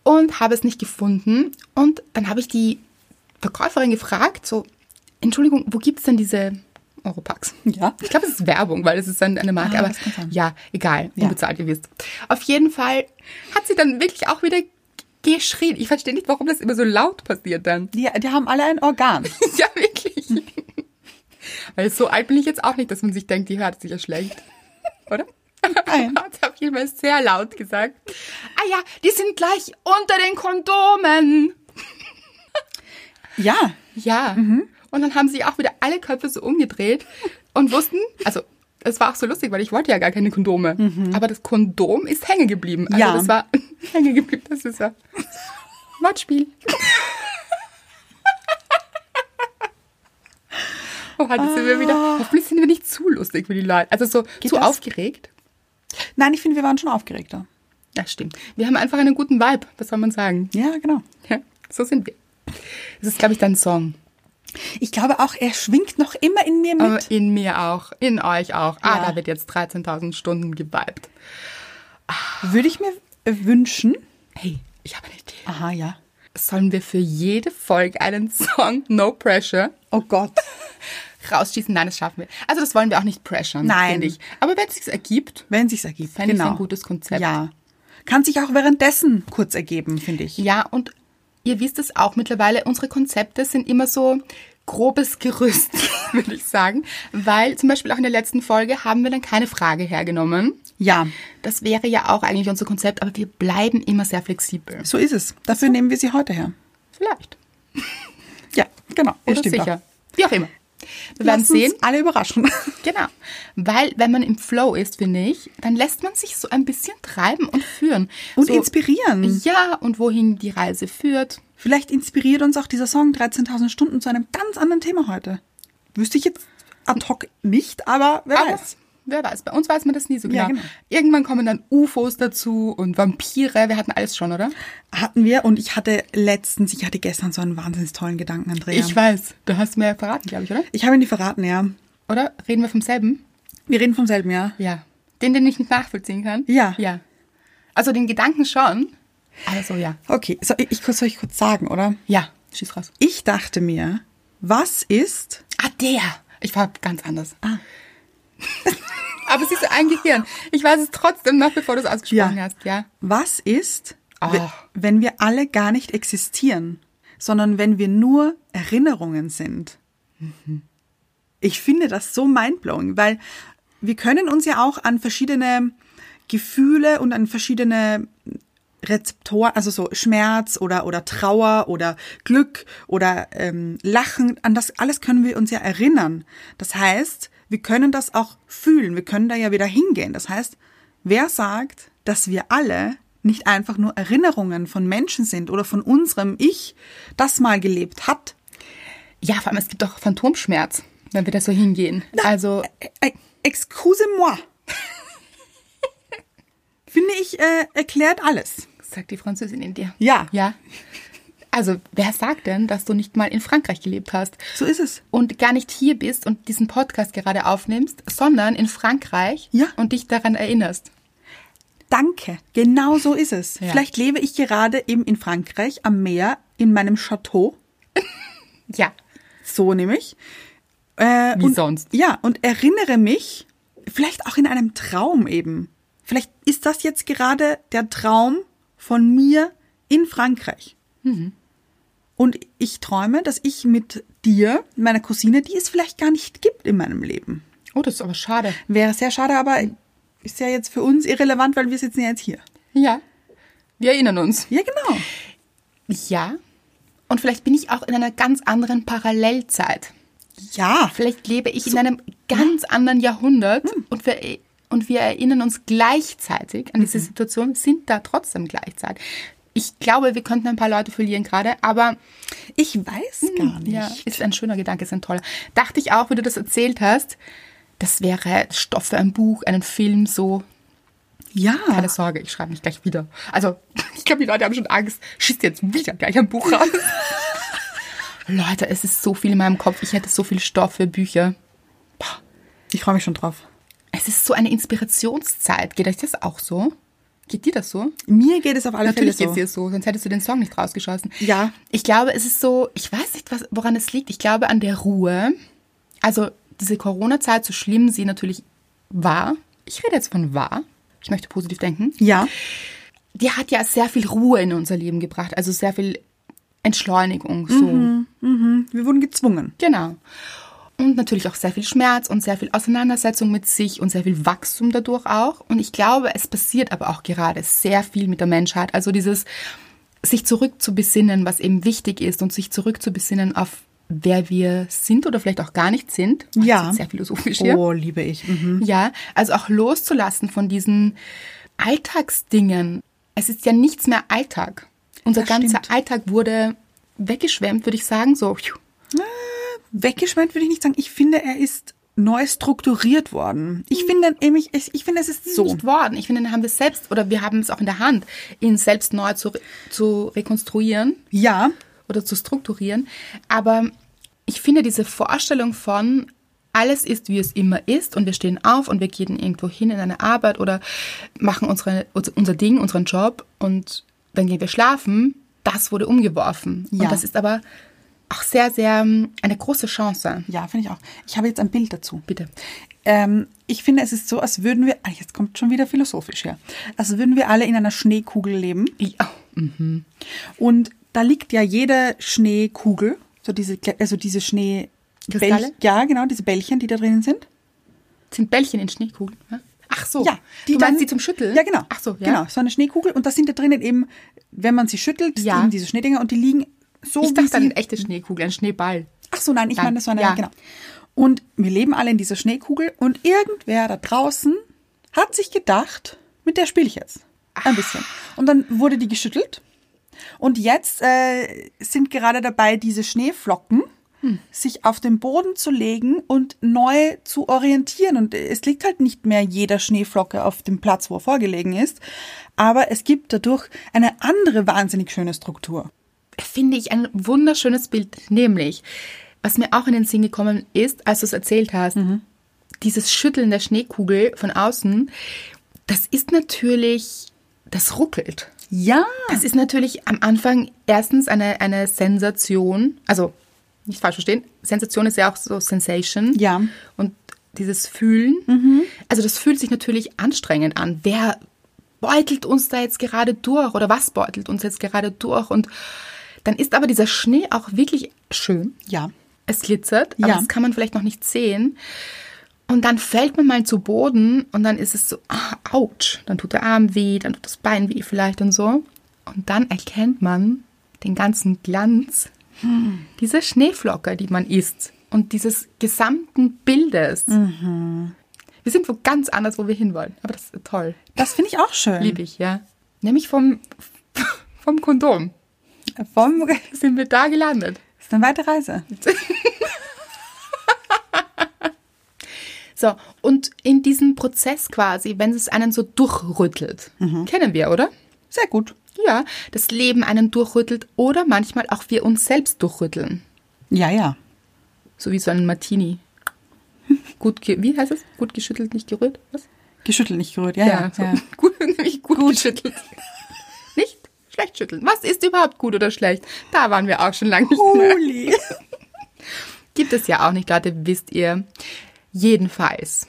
S1: Und habe es nicht gefunden. Und dann habe ich die Verkäuferin gefragt, so, Entschuldigung, wo gibt es denn diese Europax?
S2: Ja.
S1: Ich glaube, es ist Werbung, weil es ist dann eine Marke.
S2: Ah,
S1: aber
S2: das kann sein.
S1: ja, egal,
S2: Ja.
S1: unbezahlt, ihr wisst. Auf jeden Fall hat sie dann wirklich auch wieder geschrien. Ich verstehe nicht, warum das immer so laut passiert dann.
S2: Die, die haben alle ein Organ.
S1: ja, wirklich. Weil so alt bin ich jetzt auch nicht, dass man sich denkt, die hört sich ja schlecht. Oder?
S2: Nein.
S1: Das habe ich immer sehr laut gesagt. Ah ja, die sind gleich unter den Kondomen.
S2: Ja,
S1: Ja.
S2: Mhm.
S1: Und dann haben sie auch wieder alle Köpfe so umgedreht und wussten, also es war auch so lustig, weil ich wollte ja gar keine Kondome. Aber das Kondom ist hängen geblieben. Also
S2: Mhm. Ja.
S1: das war hängen geblieben, das ist ja Wortspiel. Oh, heute sind wir wieder. Hoffentlich sind wir nicht zu lustig für die Leute. Also so zu
S2: Ah. das?
S1: aufgeregt.
S2: Nein, ich finde, wir waren schon aufgeregter.
S1: Das stimmt. Wir haben einfach einen guten Vibe, was soll man sagen?
S2: Ja, genau.
S1: Ja, so sind wir. Das ist, glaube ich, dein Song.
S2: Ich glaube auch, er schwingt noch immer in mir
S1: Aber
S2: mit.
S1: in mir auch, in euch auch. Ah,
S2: Ja.
S1: da wird jetzt 13.000 Stunden geweibt.
S2: Würde ich mir äh, wünschen.
S1: Hey, ich habe eine Idee.
S2: Aha, ja.
S1: Sollen wir für jede Folge einen Song No Pressure
S2: Oh Gott.
S1: rausschießen? Nein, das schaffen wir. Also das wollen wir auch nicht pressuren,
S2: Nein.
S1: finde ich. Aber wenn es sich ergibt,
S2: Wenn sich's ergibt. Genau.
S1: fände ich es ein gutes Konzept.
S2: Ja. Kann sich auch währenddessen kurz ergeben, finde ich.
S1: Ja, und ihr wisst es auch mittlerweile, unsere Konzepte sind immer so grobes Gerüst, würde ich sagen. Weil zum Beispiel auch in der letzten Folge haben wir dann keine Frage hergenommen.
S2: Ja,
S1: Das wäre ja auch eigentlich unser Konzept, aber wir bleiben immer sehr flexibel.
S2: so ist es. Dafür nehmen wir sie heute her.
S1: Vielleicht.
S2: Ja, genau. Das
S1: Oder
S2: stimmt
S1: sicher.
S2: Auch.
S1: Wie auch immer. Wir werden
S2: Lass
S1: sehen.
S2: uns alle überraschen.
S1: Genau. Weil wenn man im Flow ist, finde ich, dann lässt man sich so ein bisschen treiben und führen.
S2: Und
S1: so,
S2: inspirieren.
S1: Ja, und wohin die Reise führt.
S2: Vielleicht inspiriert uns auch dieser Song 13.000 Stunden zu einem ganz anderen Thema heute. Wüsste ich jetzt ad hoc nicht, aber wer
S1: Aber
S2: weiß.
S1: wer weiß, bei uns weiß man das nie so genau.
S2: Ja, genau.
S1: Irgendwann kommen dann UFOs dazu und Vampire. Wir hatten alles schon, oder?
S2: Hatten wir und ich hatte letztens, ich hatte gestern so einen wahnsinnig tollen Gedanken, Andrea.
S1: Ich weiß. Du hast mir ja verraten, glaube ich, oder?
S2: ich habe ihn dir verraten, ja.
S1: Oder? Reden wir vom selben?
S2: Wir reden vom selben, ja.
S1: Ja. Den, den ich nicht nachvollziehen kann?
S2: Ja.
S1: Ja. Also den Gedanken schon. Aber so, ja.
S2: Okay, so, ich, ich soll ich kurz sagen, oder?
S1: Ja. Schieß raus.
S2: Ich dachte mir, was ist
S1: Ah, der. Ich war ganz anders. Ah. Aber siehst du, ein Gehirn. Ich weiß es trotzdem noch, bevor du es ausgesprochen
S2: Ja.
S1: hast. Ja.
S2: Was ist,
S1: Ah.
S2: we- wenn wir alle gar nicht existieren, sondern wenn wir nur Erinnerungen sind? Ich finde das so mindblowing, weil wir können uns ja auch an verschiedene Gefühle und an verschiedene Rezeptoren, also so Schmerz oder, oder Trauer oder Glück oder ähm, Lachen, an das alles können wir uns ja erinnern. Das heißt, wir können das auch fühlen, wir können da ja wieder hingehen. Das heißt, wer sagt, dass wir alle nicht einfach nur Erinnerungen von Menschen sind oder von unserem Ich, das mal gelebt hat?
S1: Ja, vor allem, es gibt doch Phantomschmerz, wenn wir da so hingehen. Also,
S2: Ä- ä- Excuse-moi. Finde ich, äh, erklärt alles.
S1: sagt die Französin in dir.
S2: Ja.
S1: Ja. Also, wer sagt denn, dass du nicht mal in Frankreich gelebt hast
S2: So ist es.
S1: und gar nicht hier bist und diesen Podcast gerade aufnimmst, sondern in Frankreich
S2: Ja.
S1: und dich daran erinnerst?
S2: Danke, genau so ist es.
S1: Ja.
S2: Vielleicht lebe ich gerade eben in Frankreich am Meer in meinem Chateau,
S1: Ja.
S2: so nämlich. Äh,
S1: Wie
S2: und,
S1: sonst.
S2: Ja, und erinnere mich, vielleicht auch in einem Traum eben. Vielleicht ist das jetzt gerade der Traum von mir in Frankreich.
S1: Mhm.
S2: Und ich träume, dass ich mit dir, meiner Cousine, die es vielleicht gar nicht gibt in meinem Leben.
S1: Oh, das ist aber schade.
S2: Wäre sehr schade, aber ist ja jetzt für uns irrelevant, weil wir sitzen ja jetzt hier.
S1: Ja. Wir erinnern uns.
S2: Ja, genau.
S1: Ja. Und vielleicht bin ich auch in einer ganz anderen Parallelzeit.
S2: Ja.
S1: Vielleicht lebe ich in einem ganz anderen Jahrhundert
S2: Hm.
S1: und, wir, und wir erinnern uns gleichzeitig an
S2: Mhm.
S1: diese Situation, sind da trotzdem gleichzeitig. Ich glaube, wir könnten ein paar Leute verlieren gerade, aber
S2: Ich weiß gar nicht.
S1: Hm, ja, ist ein schöner Gedanke, ist ein toller. Dachte ich auch, wie du das erzählt hast, das wäre Stoff für ein Buch, einen Film, so.
S2: Ja.
S1: Keine Sorge, ich schreibe nicht gleich wieder. Also, ich glaube, die Leute haben schon Angst. Schießt jetzt wieder gleich ein Buch raus. Leute, es ist so viel in meinem Kopf. Ich hätte so viel Stoff für Bücher.
S2: Ich freue mich schon drauf.
S1: Es ist so eine Inspirationszeit. Geht euch das auch so? Geht dir das so?
S2: Mir geht es auf alle
S1: Natürlich
S2: Fälle
S1: geht's
S2: so.
S1: dir so, sonst hättest du den Song nicht rausgeschossen.
S2: Ja.
S1: Ich glaube, es ist so, ich weiß nicht, was, woran es liegt. Ich glaube an der Ruhe. Also diese Corona-Zeit, so schlimm sie natürlich war. Ich rede jetzt von war. Ich möchte positiv denken.
S2: ja.
S1: Die hat ja sehr viel Ruhe in unser Leben gebracht. Also sehr viel Entschleunigung. So.
S2: Mhm. Wir wurden gezwungen.
S1: Genau. Und natürlich auch sehr viel Schmerz und sehr viel Auseinandersetzung mit sich und sehr viel Wachstum dadurch auch. Und ich glaube, es passiert aber auch gerade sehr viel mit der Menschheit. Also dieses sich zurückzubesinnen, was eben wichtig ist und sich zurückzubesinnen auf wer wir sind oder vielleicht auch gar nicht sind. Oh, das
S2: Ja.
S1: wird Sehr philosophisch hier.
S2: Oh, liebe ich. Mhm.
S1: Ja, also auch loszulassen von diesen Alltagsdingen. Es ist ja nichts mehr Alltag. Unser
S2: Das
S1: ganzer
S2: stimmt.
S1: Alltag wurde weggeschwemmt, würde ich sagen, so. pfiuh.
S2: Weggeschmeint würde ich nicht sagen. Ich finde, er ist neu strukturiert worden. Ich finde nämlich, ich, ich finde, es ist so.
S1: Hm. nicht worden. Ich finde, dann haben wir es selbst oder wir haben es auch in der Hand, ihn selbst neu zu, zu rekonstruieren
S2: Ja.
S1: oder zu strukturieren. Aber ich finde diese Vorstellung von, Alles ist, wie es immer ist und wir stehen auf und wir gehen irgendwo hin in eine Arbeit oder machen unsere, unser Ding, unseren Job und dann gehen wir schlafen. Das wurde umgeworfen.
S2: Ja.
S1: Und das ist aber auch sehr, sehr ähm, eine große Chance.
S2: Ja, finde ich auch. Ich habe jetzt ein Bild dazu.
S1: Bitte.
S2: Ähm, ich finde, es ist so, als würden wir, ah, jetzt kommt schon wieder philosophisch her, als würden wir alle in einer Schneekugel leben.
S1: Ja.
S2: Und da liegt ja jede Schneekugel, so diese, kle- also diese Schnee.
S1: Kristalle?
S2: Bäll- Ja, genau, diese Bällchen, die da drinnen sind.
S1: Sind Bällchen in Schneekugeln? Ja? Ach so.
S2: Ja,
S1: die Oh. du
S2: dann-
S1: meinst die zum Schütteln?
S2: Ja, genau.
S1: Ach so, ja.
S2: Genau, so eine Schneekugel. Und da sind da drinnen eben, wenn man sie schüttelt,
S1: Ja.
S2: sind diese Schneedinger und die liegen so
S1: Ich
S2: wie
S1: dachte an
S2: sie
S1: eine echte Schneekugel, ein Schneeball.
S2: Ach so, nein, ich
S1: Nein,
S2: meine, das war eine,
S1: ja.
S2: genau. Und wir leben alle in dieser Schneekugel und irgendwer da draußen hat sich gedacht, mit der spiele ich jetzt. Ein bisschen. Und dann wurde die geschüttelt. Und jetzt äh, sind gerade dabei, diese Schneeflocken sich auf den Boden zu legen und neu zu orientieren. Und es liegt halt nicht mehr jeder Schneeflocke auf dem Platz, wo er vorgelegen ist. Aber es gibt dadurch eine andere wahnsinnig schöne Struktur.
S1: finde ich ein wunderschönes Bild, nämlich, was mir auch in den Sinn gekommen ist, als du es erzählt hast, dieses Schütteln der Schneekugel von außen, das ist natürlich, das ruckelt.
S2: Ja.
S1: Das ist natürlich am Anfang erstens eine, eine Sensation, also nicht falsch verstehen, Sensation ist ja auch so Sensation.
S2: Ja.
S1: Und dieses Fühlen, also das fühlt sich natürlich anstrengend an. Wer beutelt uns da jetzt gerade durch oder was beutelt uns jetzt gerade durch? Und dann ist aber dieser Schnee auch wirklich schön.
S2: Ja.
S1: Es glitzert, aber
S2: Ja.
S1: das kann man vielleicht noch nicht sehen. Und dann fällt man mal zu Boden und dann ist es so, ah, ouch, dann tut der Arm weh, dann tut das Bein weh vielleicht und so. Und dann erkennt man den ganzen Glanz dieser Schneeflocke, die man isst und dieses gesamten Bildes. Wir sind wo ganz anders, wo wir hinwollen, aber das ist toll.
S2: Das finde ich auch schön.
S1: Liebe ich, ja. Nämlich vom, vom Kondom
S2: Vom,
S1: sind wir da gelandet.
S2: ist eine weite Reise.
S1: So, und in diesem Prozess quasi, wenn es einen so durchrüttelt,
S2: Mhm.
S1: kennen wir, oder?
S2: Sehr gut.
S1: Ja, das Leben einen durchrüttelt oder manchmal auch wir uns selbst durchrütteln.
S2: Ja, ja.
S1: So wie so ein Martini. Gut, ge wie heißt es? Gut geschüttelt, nicht gerührt? Was?
S2: Geschüttelt, nicht gerührt. Ja, ja.
S1: so.
S2: ja.
S1: Gut, nämlich gut, geschüttelt. Nicht schlecht schütteln. Was ist überhaupt gut oder schlecht? Da waren wir auch schon lange nicht mehr.
S2: Uli.
S1: Gibt es ja auch nicht, Leute, wisst ihr. Jedenfalls.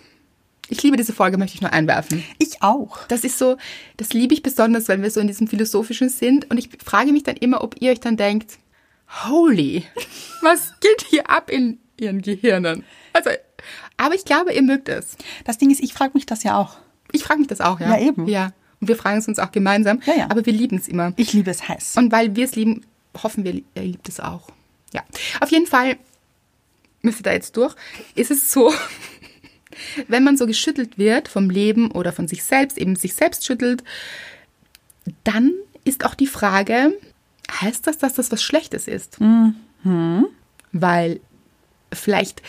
S1: Ich liebe diese Folge, möchte ich nur einwerfen.
S2: Ich auch.
S1: Das ist so, das liebe ich besonders, weil wir so in diesem philosophischen sind. Und ich frage mich dann immer, ob ihr euch dann denkt, holy, was geht hier ab in ihren Gehirnen? Also, aber ich glaube, ihr mögt es.
S2: Das Ding ist, ich frage mich das ja auch.
S1: Ich frage mich das auch, ja.
S2: Ja, eben.
S1: Ja. Und wir fragen es uns auch gemeinsam.
S2: Ja, ja.
S1: Aber wir lieben es immer.
S2: Ich liebe es heiß.
S1: Und weil wir es lieben, hoffen wir, ihr liebt es auch. Ja. Auf jeden Fall müsst ihr da jetzt durch. Ist es so, wenn man so geschüttelt wird vom Leben oder von sich selbst, eben sich selbst schüttelt, dann ist auch die Frage, heißt das, dass das was Schlechtes ist? Weil vielleicht,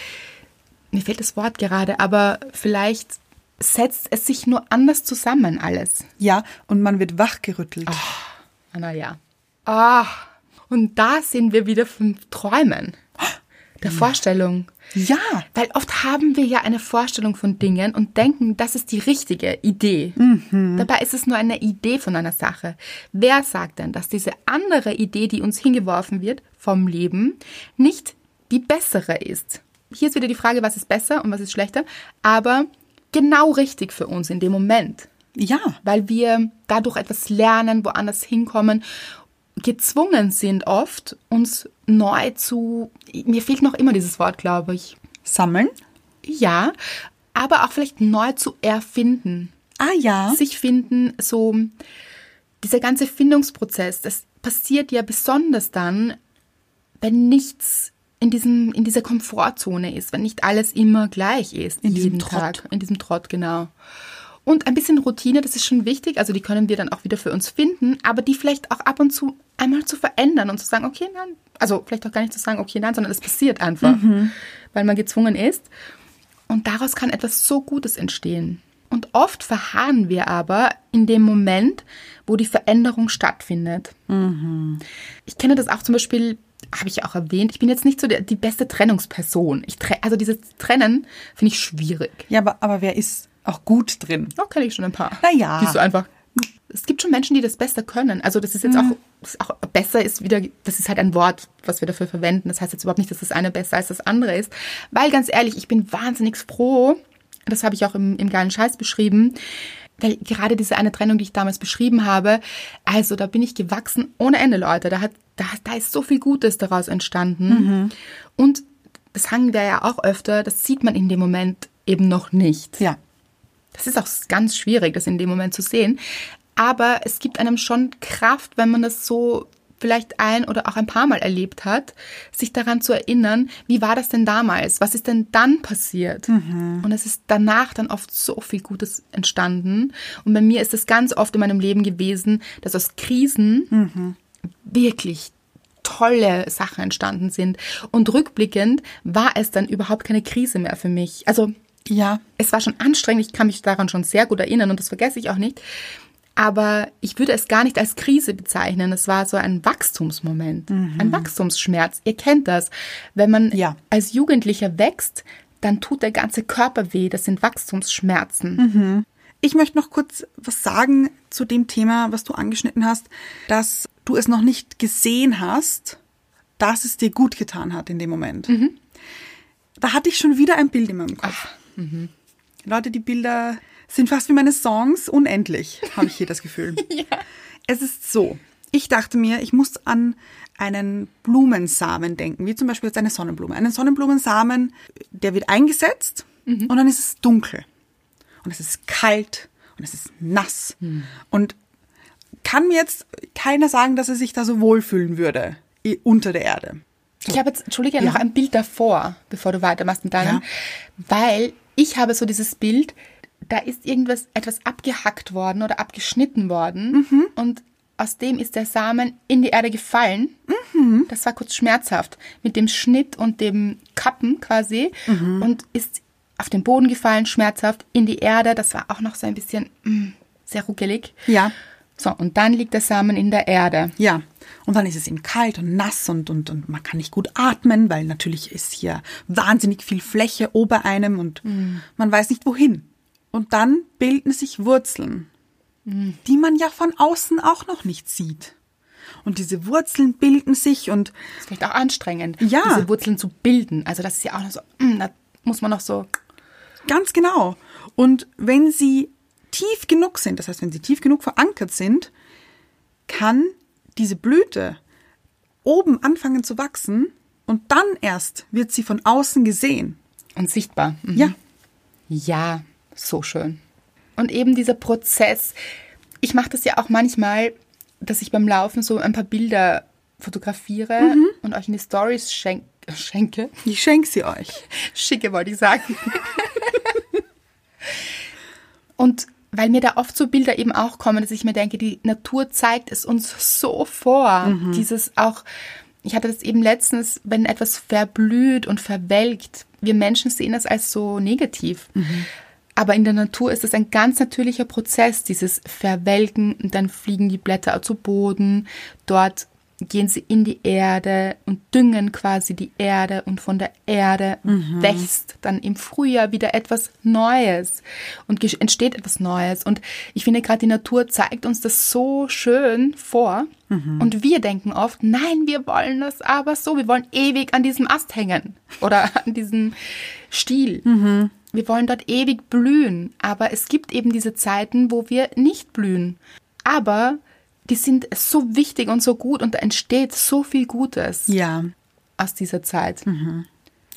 S1: mir fehlt das Wort gerade, aber vielleicht setzt es sich nur anders zusammen alles.
S2: ja, und man wird wachgerüttelt.
S1: Ah, Na ja. Ah, und da sind wir wieder vom Träumen, der Vorstellung.
S2: Ja.
S1: Weil oft haben wir ja eine Vorstellung von Dingen und denken, das ist die richtige Idee. Dabei ist es nur eine Idee von einer Sache. Wer sagt denn, dass diese andere Idee, die uns hingeworfen wird vom Leben, nicht die bessere ist? Hier ist wieder die Frage, was ist besser und was ist schlechter, aber genau richtig für uns in dem Moment
S2: Ja.
S1: weil wir dadurch etwas lernen, woanders hinkommen, gezwungen sind oft, uns neu zu, mir fehlt noch immer dieses Wort, glaube ich,
S2: Sammeln.
S1: ja, aber auch vielleicht neu zu erfinden,
S2: Ah ja.
S1: sich finden, so dieser ganze Findungsprozess, das passiert ja besonders dann, wenn nichts in, diesem, in dieser Komfortzone ist, wenn nicht alles immer gleich ist.
S2: In diesem
S1: jeden
S2: Trott.
S1: Tag, in diesem Trott, genau. Und ein bisschen Routine, das ist schon wichtig, also die können wir dann auch wieder für uns finden, aber die vielleicht auch ab und zu einmal zu verändern und zu sagen, okay, nein, also vielleicht auch gar nicht zu sagen, okay, nein, sondern es passiert einfach,
S2: Mhm.
S1: weil man gezwungen ist. Und daraus kann etwas so Gutes entstehen. Und oft verharren wir aber in dem Moment, wo die Veränderung stattfindet. Ich kenne das auch zum Beispiel habe ich ja auch erwähnt, ich bin jetzt nicht so der, die beste Trennungsperson. Ich tre also dieses Trennen finde ich schwierig.
S2: Ja, aber, aber wer ist auch gut drin?
S1: Da kenne ich schon ein paar.
S2: Na ja.
S1: Die so einfach. Es gibt schon Menschen, die das besser können. Also das ist jetzt
S2: Mhm.
S1: auch, das ist auch besser ist wieder, das ist halt ein Wort, was wir dafür verwenden. Das heißt jetzt überhaupt nicht, dass das eine besser als das andere ist. Weil ganz ehrlich, ich bin wahnsinnig froh, das habe ich auch im, im geilen Scheiß beschrieben, weil gerade diese eine Trennung, die ich damals beschrieben habe, also da bin ich gewachsen ohne Ende, Leute. Da, hat, da, da ist so viel Gutes daraus entstanden.
S2: Mhm.
S1: Und das hangen wir ja auch öfter, das sieht man in dem Moment eben noch nicht.
S2: Ja.
S1: Das ist auch ganz schwierig, das in dem Moment zu sehen. Aber es gibt einem schon Kraft, wenn man das so vielleicht ein oder auch ein paar Mal erlebt hat, sich daran zu erinnern, wie war das denn damals? Was ist denn dann passiert? Und es ist danach dann oft so viel Gutes entstanden. Und bei mir ist es ganz oft in meinem Leben gewesen, dass aus Krisen wirklich tolle Sachen entstanden sind. Und rückblickend war es dann überhaupt keine Krise mehr für mich. Also
S2: Ja.
S1: es war schon anstrengend, ich kann mich daran schon sehr gut erinnern und das vergesse ich auch nicht. Aber ich würde es gar nicht als Krise bezeichnen. Es war so ein Wachstumsmoment, ein Wachstumsschmerz. Ihr kennt das. Wenn man
S2: Ja.
S1: als Jugendlicher wächst, dann tut der ganze Körper weh. Das sind Wachstumsschmerzen.
S2: Ich möchte noch kurz was sagen zu dem Thema, was du angeschnitten hast, dass du es noch nicht gesehen hast, dass es dir gut getan hat in dem Moment. Da hatte ich schon wieder ein Bild in meinem Kopf. Leute, die Bilder sind fast wie meine Songs unendlich, habe ich hier das Gefühl. Es ist so. Ich dachte mir, ich muss an einen Blumensamen denken, wie zum Beispiel jetzt eine Sonnenblume. Einen Sonnenblumensamen, der wird eingesetzt und dann ist es dunkel. Und es ist kalt und es ist nass. Und kann mir jetzt keiner sagen, dass er sich da so wohlfühlen würde i- unter der Erde.
S1: Ich habe jetzt, Entschuldige, noch ein Bild davor, bevor du weitermachst mit deinem.
S2: Ja.
S1: Weil ich habe so dieses Bild, da ist irgendwas, etwas abgehackt worden oder abgeschnitten worden.
S2: Mhm.
S1: Und aus dem ist der Samen in die Erde gefallen.
S2: Mhm.
S1: Das war kurz schmerzhaft. Mit dem Schnitt und dem Kappen quasi.
S2: Mhm.
S1: Und ist auf den Boden gefallen, schmerzhaft, in die Erde. Das war auch noch so ein bisschen mm, sehr ruckelig.
S2: Ja.
S1: So, und dann liegt der Samen in der Erde.
S2: Ja, und dann ist es eben kalt und nass und, und, und man kann nicht gut atmen, weil natürlich ist hier wahnsinnig viel Fläche ober einem und man weiß nicht wohin. Und dann bilden sich Wurzeln, die man ja von außen auch noch nicht sieht. Und diese Wurzeln bilden sich und
S1: ist vielleicht auch anstrengend,
S2: Ja.
S1: diese Wurzeln zu bilden. Also das ist ja auch noch so, mm, da muss man noch so,
S2: Ganz genau. Und wenn sie tief genug sind, das heißt, wenn sie tief genug verankert sind, kann diese Blüte oben anfangen zu wachsen und dann erst wird sie von außen gesehen.
S1: und sichtbar. Mhm.
S2: Ja,
S1: Ja, so schön. Und eben dieser Prozess, ich mache das ja auch manchmal, dass ich beim Laufen so ein paar Bilder fotografiere
S2: Mhm.
S1: und euch in die Stories schenk schenke.
S2: ich schenke sie euch.
S1: Schicke, wollte ich sagen. Und weil mir da oft so Bilder eben auch kommen, dass ich mir denke, die Natur zeigt es uns so vor. Dieses auch, ich hatte das eben letztens, wenn etwas verblüht und verwelkt, wir Menschen sehen das als so negativ. Aber in der Natur ist es ein ganz natürlicher Prozess, dieses Verwelken. Und dann fliegen die Blätter zu Boden. Dort gehen sie in die Erde und düngen quasi die Erde. Und von der Erde wächst dann im Frühjahr wieder etwas Neues. Und gesch- entsteht etwas Neues. Und ich finde gerade die Natur zeigt uns das so schön vor. Und wir denken oft, nein, wir wollen das aber so. Wir wollen ewig an diesem Ast hängen. Oder an diesem Stiel. Wir wollen dort ewig blühen, aber es gibt eben diese Zeiten, wo wir nicht blühen. Aber die sind so wichtig und so gut und da entsteht so viel Gutes
S2: Ja, Mhm.
S1: aus dieser Zeit.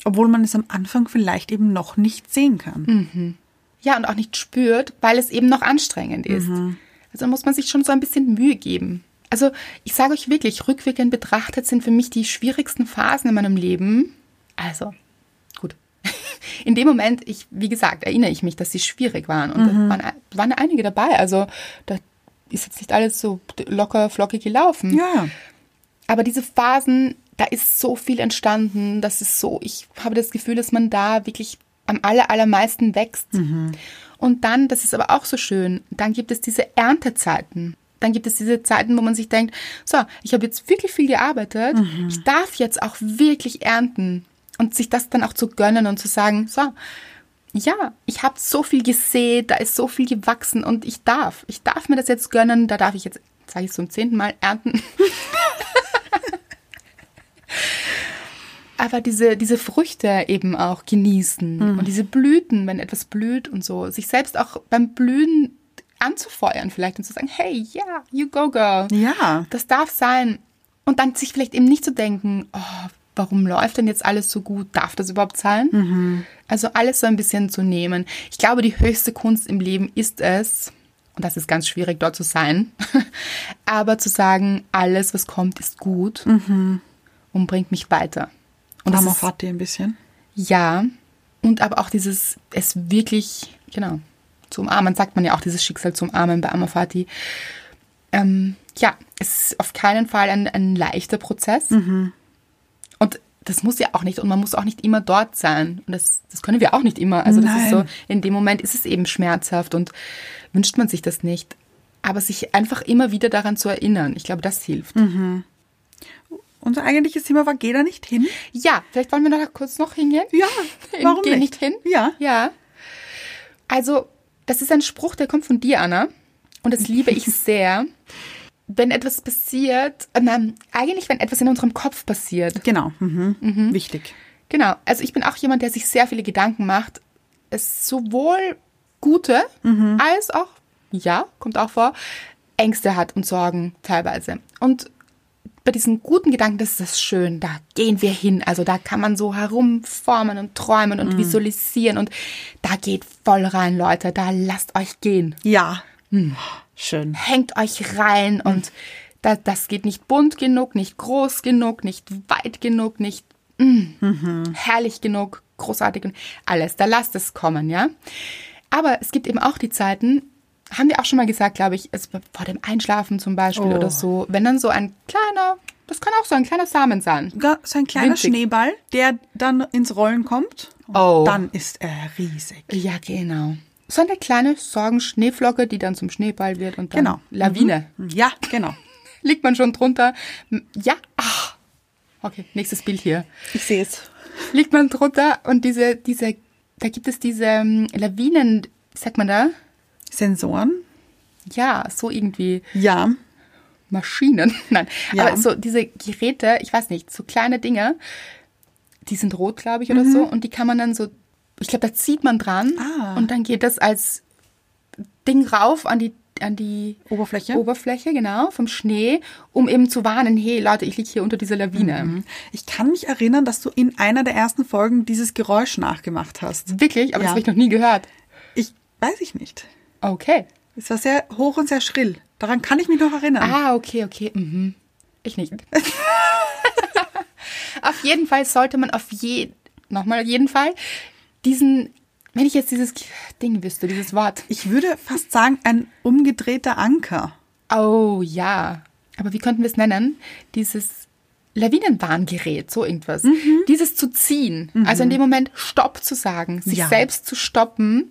S2: obwohl man es am Anfang vielleicht eben noch nicht sehen kann.
S1: Mhm. Ja, und auch nicht spürt, weil es eben noch anstrengend ist.
S2: Mhm.
S1: Also muss man sich schon so ein bisschen Mühe geben. Also ich sage euch wirklich, rückwirkend betrachtet sind für mich die schwierigsten Phasen in meinem Leben. Also gut. In dem Moment, ich, wie gesagt, erinnere ich mich, dass sie schwierig waren. Und da
S2: Mhm.
S1: waren, waren einige dabei. Also da ist jetzt nicht alles so locker, flockig gelaufen.
S2: Ja,
S1: Aber diese Phasen, da ist so viel entstanden. Das ist so, ich habe das Gefühl, dass man da wirklich am aller, allermeisten wächst. Und dann, das ist aber auch so schön, dann gibt es diese Erntezeiten. Dann gibt es diese Zeiten, wo man sich denkt, so, ich habe jetzt wirklich viel gearbeitet, ich darf jetzt auch wirklich ernten und sich das dann auch zu gönnen und zu sagen, so, ja, ich habe so viel gesät, da ist so viel gewachsen und ich darf, ich darf mir das jetzt gönnen, da darf ich jetzt, sage ich zum zehnten Mal, ernten. Aber diese, diese Früchte eben auch genießen und diese Blüten, wenn etwas blüht und so, sich selbst auch beim Blühen anzufeuern vielleicht und zu sagen, hey, yeah, you go, girl.
S2: Ja.
S1: Das darf sein. Und dann sich vielleicht eben nicht zu denken, oh, warum läuft denn jetzt alles so gut? Darf das überhaupt sein? Also alles so ein bisschen zu nehmen. Ich glaube, die höchste Kunst im Leben ist es, und das ist ganz schwierig, dort zu sein, aber zu sagen, alles, was kommt, ist gut und bringt mich weiter. Und das
S2: Arm
S1: ist-
S2: auf Fati ein bisschen.
S1: ja, und aber auch dieses, es wirklich, genau, zu umarmen, sagt man ja auch, dieses Schicksal zu umarmen bei Amafati. Ähm, ja, es ist auf keinen Fall ein, ein leichter Prozess. Und das muss ja auch nicht, und man muss auch nicht immer dort sein. Und das, das können wir auch nicht immer. Also das ist
S2: Nein.
S1: so, in dem Moment ist es eben schmerzhaft und wünscht man sich das nicht. Aber sich einfach immer wieder daran zu erinnern, ich glaube, das hilft.
S2: Unser eigentliches Thema war, geh da nicht hin.
S1: Ja, vielleicht wollen wir da kurz noch hingehen.
S2: Ja,
S1: In
S2: warum
S1: Geh
S2: nicht?
S1: nicht hin?
S2: Ja.
S1: Ja. Also, das ist ein Spruch, der kommt von dir, Anna. Und das liebe ich sehr. Wenn etwas passiert, äh, nein, eigentlich, wenn etwas in unserem Kopf passiert.
S2: Genau. Mhm. Wichtig.
S1: Genau. Also, ich bin auch jemand, der sich sehr viele Gedanken macht. Es sowohl gute als auch, ja, kommt auch vor, Ängste hat und Sorgen teilweise. Und bei diesen guten Gedanken, das ist das schön, da gehen wir hin. Also da kann man so herumformen und träumen und visualisieren und da geht voll rein, Leute, da lasst euch gehen.
S2: Ja.
S1: Mhm.
S2: Schön.
S1: Hängt euch rein und da, das geht nicht bunt genug, nicht groß genug, nicht weit genug, nicht mm, herrlich genug, großartig genug, alles. Da lasst es kommen, ja. Aber es gibt eben auch die Zeiten, haben wir auch schon mal gesagt, glaube ich, es, vor dem Einschlafen zum Beispiel
S2: Oh.
S1: oder so, wenn dann so ein kleiner, das kann auch so ein kleiner Samen sein.
S2: Ga- So ein kleiner
S1: Winzig.
S2: Schneeball, der dann ins Rollen kommt. Und
S1: Oh.
S2: Dann ist er riesig.
S1: Ja, genau. So eine kleine Sorgenschneeflocke, die dann zum Schneeball wird und dann
S2: Genau.
S1: Lawine.
S2: Ja, genau.
S1: Liegt man schon drunter? M- Ja. Ach. Okay, nächstes Bild hier.
S2: Ich sehe es.
S1: Liegt man drunter und diese, diese, da gibt es diese ähm, Lawinen, wie sagt man da?
S2: Sensoren.
S1: Ja, so irgendwie
S2: Ja.
S1: Maschinen. Nein,
S2: Ja.
S1: aber so diese Geräte, ich weiß nicht, so kleine Dinge, die sind rot, glaube ich, oder so. Und die kann man dann so, ich glaube, da zieht man dran
S2: Mhm. Ah.
S1: und dann geht das als Ding rauf an die, an die
S2: Oberfläche.
S1: Oberfläche, genau, vom Schnee, um eben zu warnen, hey Leute, ich liege hier unter dieser Lawine.
S2: Mhm. Ich kann mich erinnern, dass du in einer der ersten Folgen dieses Geräusch nachgemacht hast.
S1: Wirklich, aber das
S2: Ja.
S1: habe ich noch nie gehört.
S2: Ich weiß ich nicht.
S1: Okay.
S2: Es war sehr hoch und sehr schrill. Daran kann ich mich noch erinnern.
S1: Ah, okay, okay. Mhm. Ich nicht. auf jeden Fall sollte man auf je, nochmal jeden Fall, diesen, wenn ich jetzt dieses Ding wüsste, dieses Wort.
S2: Ich würde fast sagen, ein umgedrehter Anker.
S1: Oh ja. Aber wie könnten wir es nennen? Dieses Lawinenwarngerät, so irgendwas. Dieses zu ziehen. Also in dem Moment Stopp zu sagen, sich
S2: Ja.
S1: selbst zu stoppen.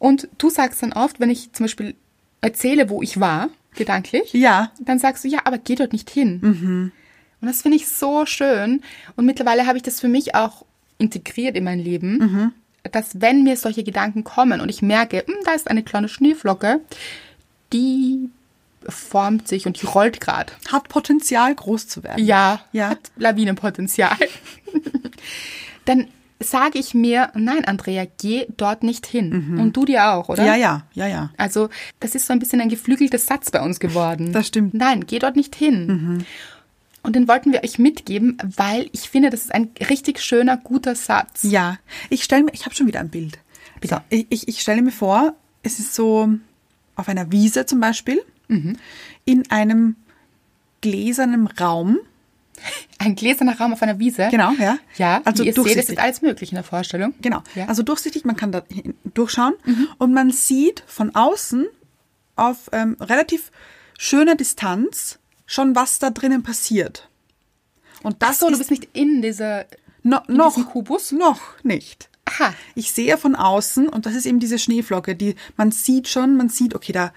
S1: Und du sagst dann oft, wenn ich zum Beispiel erzähle, wo ich war, gedanklich,
S2: Ja.
S1: dann sagst du, ja, aber geh dort nicht hin.
S2: Mhm.
S1: Und das finde ich so schön. Und mittlerweile habe ich das für mich auch integriert in mein Leben,
S2: Mhm.
S1: dass wenn mir solche Gedanken kommen und ich merke, hm, da ist eine kleine Schneeflocke, die formt sich und die rollt gerade.
S2: Hat Potenzial, groß zu werden.
S1: Ja,
S2: Ja.
S1: hat Lawinenpotenzial. dann sage ich mir, nein, Andrea, geh dort nicht hin. Und du dir auch, oder?
S2: Mhm. Ja, ja, ja, ja.
S1: Also, das ist so ein bisschen ein geflügeltes Satz bei uns geworden.
S2: Das stimmt. Mhm.
S1: Nein, geh dort nicht hin. Und den wollten wir euch mitgeben, weil ich finde, das ist ein richtig schöner, guter Satz.
S2: Ja. Ich stelle mir, ich habe schon wieder ein Bild.
S1: Bitte.
S2: So, ich, ich, ich stelle mir vor, es ist so auf einer Wiese zum Beispiel,
S1: Mhm.
S2: in einem gläsernen Raum.
S1: Ein gläserner Raum auf einer Wiese.
S2: Genau, ja.
S1: Ja, also wie ihr
S2: Also
S1: seht, es
S2: durchsichtig.
S1: ist alles möglich in der Vorstellung.
S2: Genau.
S1: Ja. Mhm.
S2: Also durchsichtig, man kann da hin- durchschauen und man sieht von außen auf ähm, relativ schöner Distanz schon, was da drinnen passiert. Und das
S1: so, du
S2: ist
S1: bist nicht in dieser...
S2: no,
S1: in
S2: noch
S1: diesem Kubus?
S2: noch nicht.
S1: Aha,
S2: Ich sehe von außen und das ist eben diese Schneeflocke, die man sieht schon, man sieht, okay, da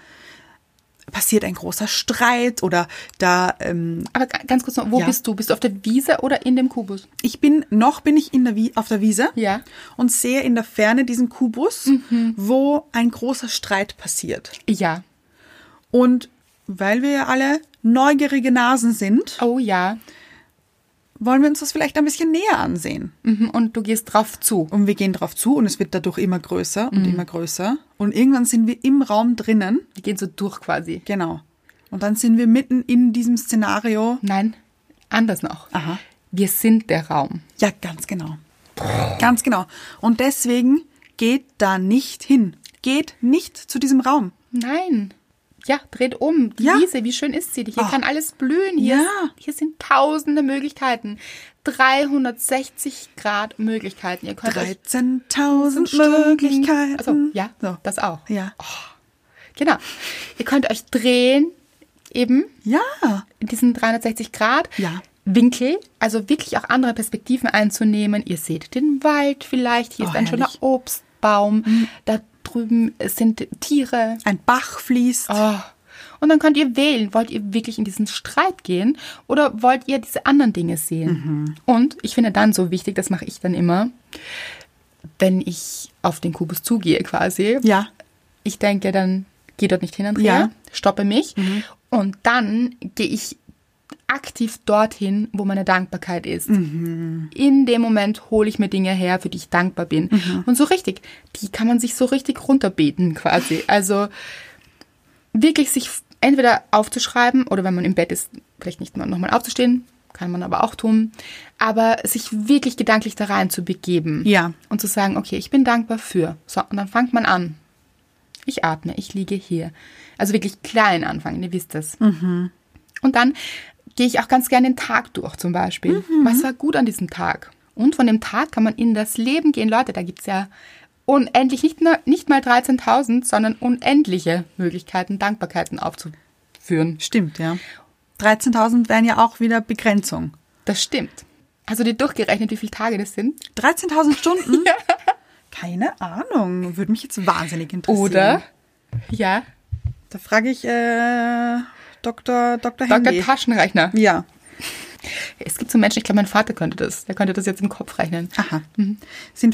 S2: passiert ein großer Streit oder da, ähm,
S1: Aber ga- ganz kurz noch, wo
S2: Ja.
S1: bist du? Bist du auf der Wiese oder in dem Kubus?
S2: ich bin, noch bin ich in der Wie auf der Wiese
S1: Ja.
S2: und sehe in der Ferne diesen Kubus, wo ein großer Streit passiert.
S1: Ja.
S2: Und weil wir ja alle neugierige Nasen sind,
S1: Oh ja.
S2: wollen wir uns das vielleicht ein bisschen näher ansehen.
S1: Mhm. Und du gehst drauf zu.
S2: Und wir gehen drauf zu und es wird dadurch immer größer und immer größer. Und irgendwann sind wir im Raum drinnen.
S1: Die gehen so durch quasi.
S2: Genau. Und dann sind wir mitten in diesem Szenario.
S1: Nein, anders noch.
S2: Aha.
S1: Wir sind der Raum.
S2: Ja, ganz genau. Ganz genau. Und deswegen geht da nicht hin. Geht nicht zu diesem Raum.
S1: Nein. Ja, dreht um. Die
S2: Ja.
S1: Wiese, wie schön ist sie? Hier
S2: Ah.
S1: kann alles blühen. Hier,
S2: Ja.
S1: ist, hier sind tausende Möglichkeiten. 360 Grad Möglichkeiten. Ihr könnt euch
S2: 13.000 Möglichkeiten.
S1: Also, ja,
S2: So.
S1: das auch.
S2: Ja.
S1: Genau. Ihr könnt euch drehen, eben
S2: Ja.
S1: in diesen 360 Grad
S2: Ja.
S1: Winkel, also wirklich auch andere Perspektiven einzunehmen. Ihr seht den Wald vielleicht, hier
S2: Oh,
S1: ist ein schöner
S2: herrlich. Mhm.
S1: Obstbaum, da drüben sind Tiere.
S2: Ein Bach fließt.
S1: Oh. Und dann könnt ihr wählen, wollt ihr wirklich in diesen Streit gehen oder wollt ihr diese anderen Dinge sehen? Und ich finde dann so wichtig, das mache ich dann immer, wenn ich auf den Kubus zugehe quasi.
S2: Ja.
S1: Ich denke dann, geh dort nicht hin, Andrea,
S2: Ja. Mhm.
S1: stoppe mich. Und dann gehe ich aktiv dorthin, wo meine Dankbarkeit ist.
S2: Mhm.
S1: In dem Moment hole ich mir Dinge her, für die ich dankbar bin.
S2: Mhm.
S1: Und so richtig, die kann man sich so richtig runterbeten quasi. Also wirklich sich entweder aufzuschreiben oder wenn man im Bett ist, vielleicht nicht mal nochmal aufzustehen, kann man aber auch tun, aber sich wirklich gedanklich da rein zu begeben.
S2: Ja.
S1: Und zu sagen, okay, ich bin dankbar für. So, und dann fängt man an. Ich atme, ich liege hier. Also wirklich klein anfangen, ihr wisst das. Und dann gehe ich auch ganz gerne den Tag durch zum Beispiel. Was war gut an diesem Tag? Und von dem Tag kann man in das Leben gehen. Leute, da gibt es ja unendlich, nicht, nur, nicht mal 13.000, sondern unendliche Möglichkeiten, Dankbarkeiten aufzuführen.
S2: Stimmt, ja. 13.000 wären ja auch wieder Begrenzung.
S1: Das stimmt. Hast du dir durchgerechnet, wie viele Tage das sind?
S2: 13.000 Stunden? Keine Ahnung. Würde mich jetzt wahnsinnig interessieren.
S1: Oder? Ja,
S2: Da frage ich äh, Dr.
S1: Dr.
S2: Dr. Handy.
S1: Taschenrechner.
S2: ja.
S1: Es gibt so Menschen, ich glaube, mein Vater könnte das. Der könnte das jetzt im Kopf rechnen.
S2: Aha.
S1: Mhm.
S2: Sind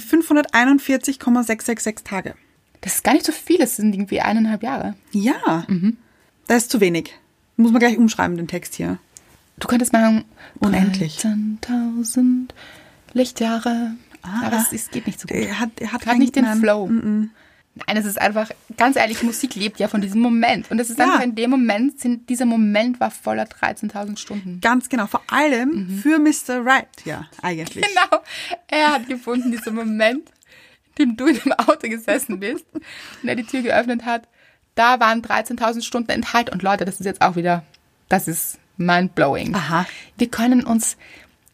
S2: 541,666 Tage.
S1: Das ist gar nicht so viel, das sind irgendwie eineinhalb Jahre.
S2: Ja.
S1: Mhm.
S2: Da ist zu wenig. Muss man gleich umschreiben, den Text hier.
S1: Du könntest machen
S2: Unendlich.
S1: 13.000 Lichtjahre.
S2: Ah.
S1: aber es, es geht nicht so gut.
S2: Er äh, hat, er hat,
S1: Hat nicht den
S2: nein.
S1: Flow.
S2: Mm-mm.
S1: Nein, es ist einfach, ganz ehrlich, Musik lebt ja von diesem Moment. Und es ist
S2: Ja.
S1: einfach in dem Moment, sind, dieser Moment war voller 13.000 Stunden.
S2: Ganz genau. Vor allem für Mr. Right, ja, eigentlich.
S1: Mhm. Genau. Er hat gefunden, diesen Moment, in dem du in dem Auto gesessen bist und er die Tür geöffnet hat. Da waren 13.000 Stunden enthalten. Und Leute, das ist jetzt auch wieder, das ist mind-blowing.
S2: Aha.
S1: Wir können uns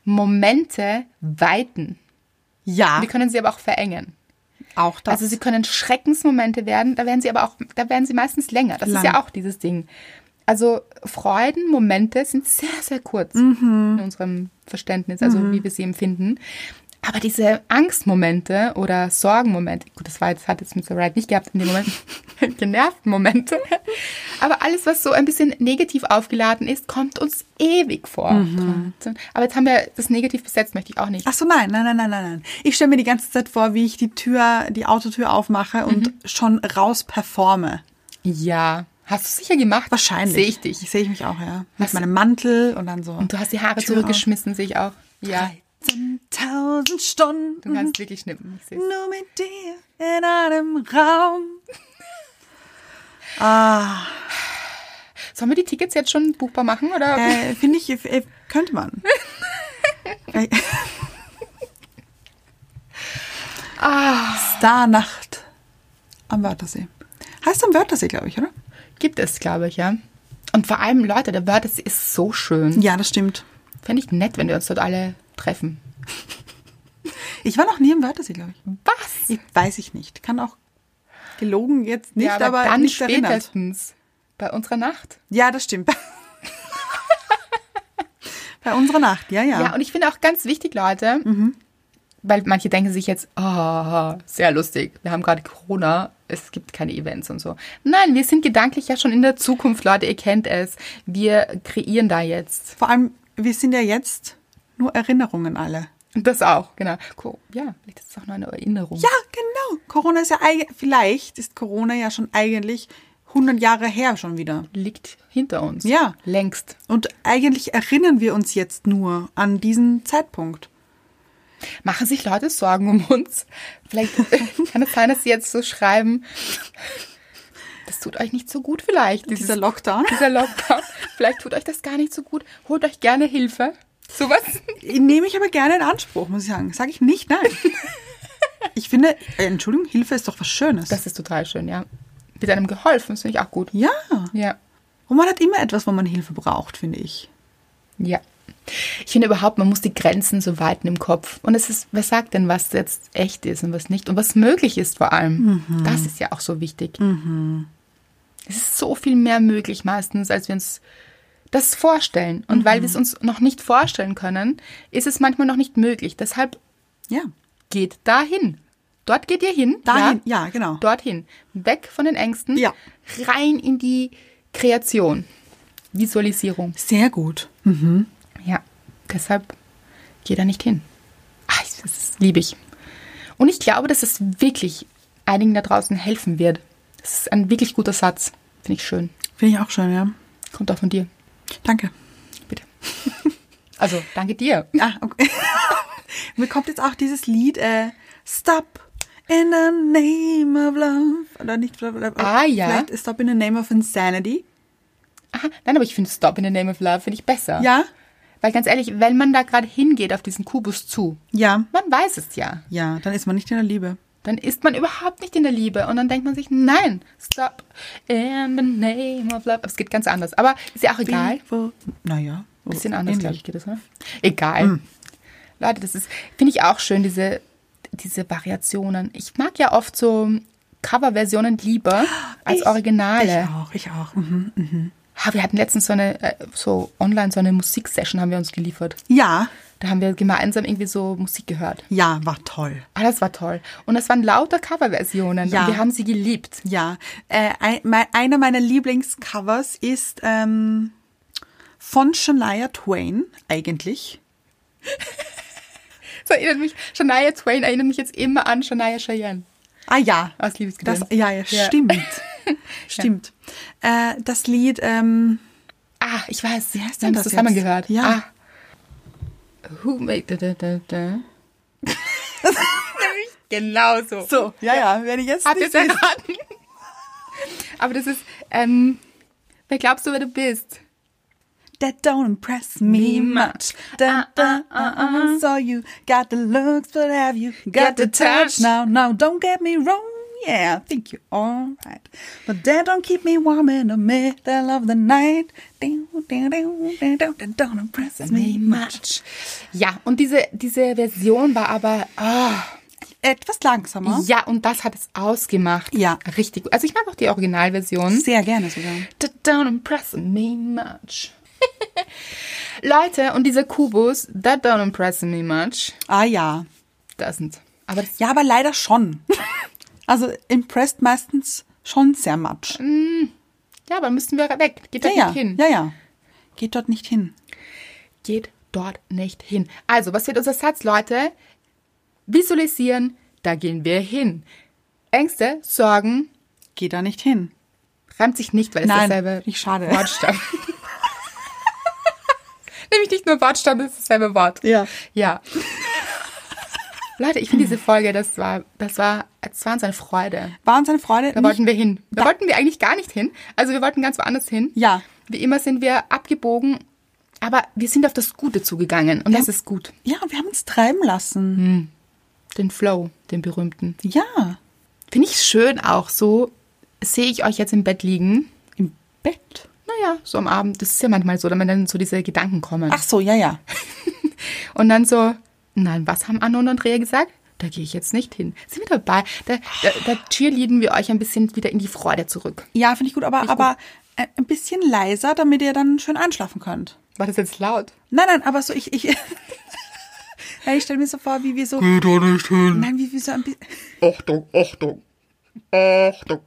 S1: Momente weiten.
S2: Ja,
S1: Wir können sie aber auch verengen.
S2: auch das.
S1: Also sie können Schreckensmomente werden, da werden sie aber auch, da werden sie meistens länger. Das
S2: Lang.
S1: ist ja auch dieses Ding. Also Freudenmomente sind sehr, sehr kurz
S2: Mhm.
S1: in unserem Verständnis, also wie wir sie empfinden. Aber diese Angstmomente oder Sorgenmomente, gut, das war jetzt, hat jetzt Mr. Wright nicht gehabt in dem Moment, genervten Momente. Aber alles, was so ein bisschen negativ aufgeladen ist, kommt uns ewig vor.
S2: Mhm.
S1: Aber jetzt haben wir das negativ besetzt, möchte ich auch nicht.
S2: Ach so, nein, nein, nein, nein, nein, nein. Ich stelle mir die ganze Zeit vor, wie ich die Tür, die Autotür aufmache und
S1: Mhm.
S2: schon raus performe.
S1: Ja. Hast du es sicher gemacht?
S2: Wahrscheinlich.
S1: Sehe ich dich.
S2: Sehe ich mich auch, ja. Mit
S1: Was-
S2: meinem Mantel und dann so.
S1: Und du hast die Haare
S2: Tür
S1: zurückgeschmissen, sehe ich auch. Ja,
S2: 13.000
S1: du
S2: Stunden
S1: kannst wirklich schnippen. Ich seh's.
S2: nur mit dir in einem Raum. ah,
S1: Sollen wir die Tickets jetzt schon buchbar machen? Oder?
S2: äh, finde ich, äh, könnte man. Äh,
S1: Ah.
S2: Starnacht am Wörthersee. Heißt am Wörthersee, glaube ich, oder?
S1: Gibt es, glaube ich, ja. Und vor allem, Leute, der Wörthersee ist so schön.
S2: Ja, das stimmt.
S1: Fände ich nett, wenn wir uns dort alle treffen.
S2: Ich war noch nie im Wörthersee, glaube ich.
S1: Was?
S2: ich. Weiß ich nicht. Kann auch gelogen jetzt nicht,
S1: ja,
S2: aber,
S1: dann
S2: nicht erinnert.
S1: spätestens bei unserer Nacht.
S2: Ja, das stimmt. Bei unserer Nacht, ja, ja. Mhm.
S1: Ja, und ich finde auch ganz wichtig, Leute, "Ah, weil manche denken sich jetzt, oh, sehr lustig, wir haben gerade Corona, es gibt keine Events und so. Nein, wir sind gedanklich ja schon in der Zukunft, Leute, ihr kennt es. Wir kreieren da jetzt.
S2: Vor allem, wir sind ja jetzt nur Erinnerungen alle.
S1: Das auch, genau. Co- Ja, vielleicht ist es auch nur eine Erinnerung.
S2: Ja, genau. Corona ist ja eig- vielleicht ist Corona ja schon eigentlich 100 Jahre her schon wieder.
S1: Liegt hinter uns.
S2: Ja.
S1: Längst.
S2: Und eigentlich erinnern wir uns jetzt nur an diesen Zeitpunkt.
S1: Machen sich Leute Sorgen um uns? Vielleicht kann es sein, dass sie jetzt so schreiben. Das tut euch nicht so gut vielleicht. dieses-
S2: Dieser Lockdown.
S1: dieser Lockdown. Vielleicht tut euch das gar nicht so gut. Holt euch gerne Hilfe. Sowas.
S2: Nehme ich aber gerne in Anspruch, muss ich sagen. Sage ich nicht, nein. Ich finde, äh, Entschuldigung, Hilfe ist doch was Schönes.
S1: Das ist total schön, ja. Wird einem geholfen, das finde ich auch gut.
S2: ja.
S1: Ja.
S2: Und man hat immer etwas, wo man Hilfe braucht, finde ich.
S1: Ja. Ich finde überhaupt, man muss die Grenzen so weiten im Kopf. Und es ist, wer sagt denn, was jetzt echt ist und was nicht und was möglich ist vor allem.
S2: Mhm.
S1: Das ist ja auch so wichtig. Es ist so viel mehr möglich meistens, als wir uns das vorstellen. Und weil wir
S2: Mhm.
S1: es uns noch nicht vorstellen können, ist es manchmal noch nicht möglich. Deshalb
S2: Ja.
S1: geht dahin. Dort geht ihr hin.
S2: Dahin, ja, genau.
S1: Dorthin. Weg von den Ängsten.
S2: Ja.
S1: Rein in die Kreation. Visualisierung.
S2: Sehr gut. Hm,
S1: Ja, deshalb geht er nicht hin. Ach, ich- das ist- liebe ich. Und ich glaube, dass es wirklich einigen da draußen helfen wird. Das ist ein wirklich guter Satz. Finde ich schön.
S2: Finde ich auch schön, ja.
S1: Kommt auch von dir.
S2: Danke.
S1: Bitte. Also, danke dir.
S2: Ah, okay. Mir kommt jetzt auch dieses Lied, äh, Stop in the name of love. Oder nicht,
S1: Ah, ja.
S2: Vielleicht Stop in the name of insanity.
S1: Aha, nein, aber ich finde Stop in the Name of Love finde ich besser.
S2: Ja?
S1: Weil ganz ehrlich, wenn man da gerade hingeht auf diesen Kubus zu,
S2: Ja.
S1: man weiß es ja.
S2: Ja, dann ist man nicht in der Liebe.
S1: Dann ist man überhaupt nicht in der Liebe und dann denkt man sich, nein, stop in the name of love. Aber es geht ganz anders. Aber ist ja auch egal.
S2: Naja. Oh,
S1: Bisschen anders, glaube ich, geht das, ne? Egal.
S2: Hm.
S1: Leute, das ist, finde ich auch schön, diese, diese Variationen. Ich mag ja oft so Coverversionen lieber als Originale.
S2: Ich auch, ich auch. Mhm.
S1: Ha, wir hatten letztens so eine, äh, so online, so eine Musiksession haben wir uns geliefert.
S2: Ja,
S1: Da haben wir gemeinsam irgendwie so Musik gehört.
S2: ja, war toll.
S1: Ah, das war toll. Und das waren lauter Coverversionen.
S2: Ja.
S1: Und wir haben sie geliebt.
S2: Ja, äh, ein, mein, einer meiner Lieblingscovers ist ähm, von Shania Twain eigentlich.
S1: Das erinnert mich, Shania Twain erinnert mich jetzt immer an Shania Cheyenne
S2: Ah ja,
S1: aus
S2: das,
S1: Liebesgedöns.
S2: ja, ja, stimmt, stimmt. Äh, das Lied, ähm,
S1: Ah, ich weiß. Wie
S2: heißt
S1: wir
S2: denn
S1: haben es
S2: das
S1: zusammen
S2: jetzt?
S1: gehört.
S2: Ja.
S1: Ah. Who made da, da, da, da. genau so.
S2: so, ja, ja, werde ich jetzt
S1: Habt ihr
S2: nicht
S1: es erraten? Aber das ist, ähm, wer glaubst du, wer du bist?
S2: That don't impress me much. Da, da, uh, uh, so you got the looks, but have you got the touch? Now, now, don't get me wrong. Yeah, I think you're alright. But that don't keep me warm in the middle of the night. Ding, ding, ding, ding, ding, That don't impress me much.
S1: Ja, und diese, diese Version war aber, ah,
S2: Etwas langsamer.
S1: ja, und das hat es ausgemacht.
S2: Ja.
S1: Richtig gut. Also ich mag auch die Originalversion.
S2: Sehr gerne sogar.
S1: That don't impress me much. Leute, und dieser Kubus, that don't impress me much,
S2: Ah ja.
S1: doesn't. Aber das,
S2: Ja, aber leider schon. also impressed meistens schon sehr much.
S1: ja, aber müssten wir weg. Geht
S2: Ja,
S1: dort
S2: ja.
S1: nicht hin.
S2: Ja, ja. Geht dort nicht hin.
S1: Geht dort nicht hin. Also, was wird unser Satz, Leute? Visualisieren, da gehen wir hin. Ängste, Sorgen,
S2: Geht da nicht hin.
S1: reimt sich nicht, weil es
S2: Nein,
S1: dasselbe
S2: finde ich schade.
S1: Wortstamm. Nämlich nicht nur Wortstamm, es ist dasselbe Wort.
S2: Ja.
S1: Ja. Leute, ich finde diese Folge, das war, das war, es war uns eine Freude.
S2: War uns eine Freude.
S1: Da
S2: nicht-
S1: wollten wir hin. Da, wollten wir eigentlich gar nicht hin. Also wir wollten ganz woanders hin.
S2: Ja.
S1: Wie immer sind wir abgebogen, aber wir sind auf das Gute zugegangen und das ist gut.
S2: Ja, wir haben uns treiben lassen.
S1: Den Flow, den berühmten.
S2: Ja.
S1: Finde ich schön auch so. Sehe ich euch jetzt im Bett liegen.
S2: Im Bett.
S1: Naja, so am Abend. Das ist ja manchmal so, wenn dann so diese Gedanken kommen.
S2: Ach so, ja, ja.
S1: Und dann so, nein, was haben Anne und Andrea gesagt? Da gehe ich jetzt nicht hin. Sind wir dabei? Da, da, da cheerleaden wir euch ein bisschen wieder in die Freude zurück.
S2: Ja, finde ich gut, aber, aber äh, ein bisschen leiser, damit ihr dann schön einschlafen könnt.
S1: War das jetzt laut?
S2: Nein, nein, aber so ich. Ich, ja, ich stelle mir so vor, wie wir so.
S4: Geht da nicht hin.
S2: Nein, wie wir so ein bisschen.
S4: Achtung, Achtung.
S1: Achtung,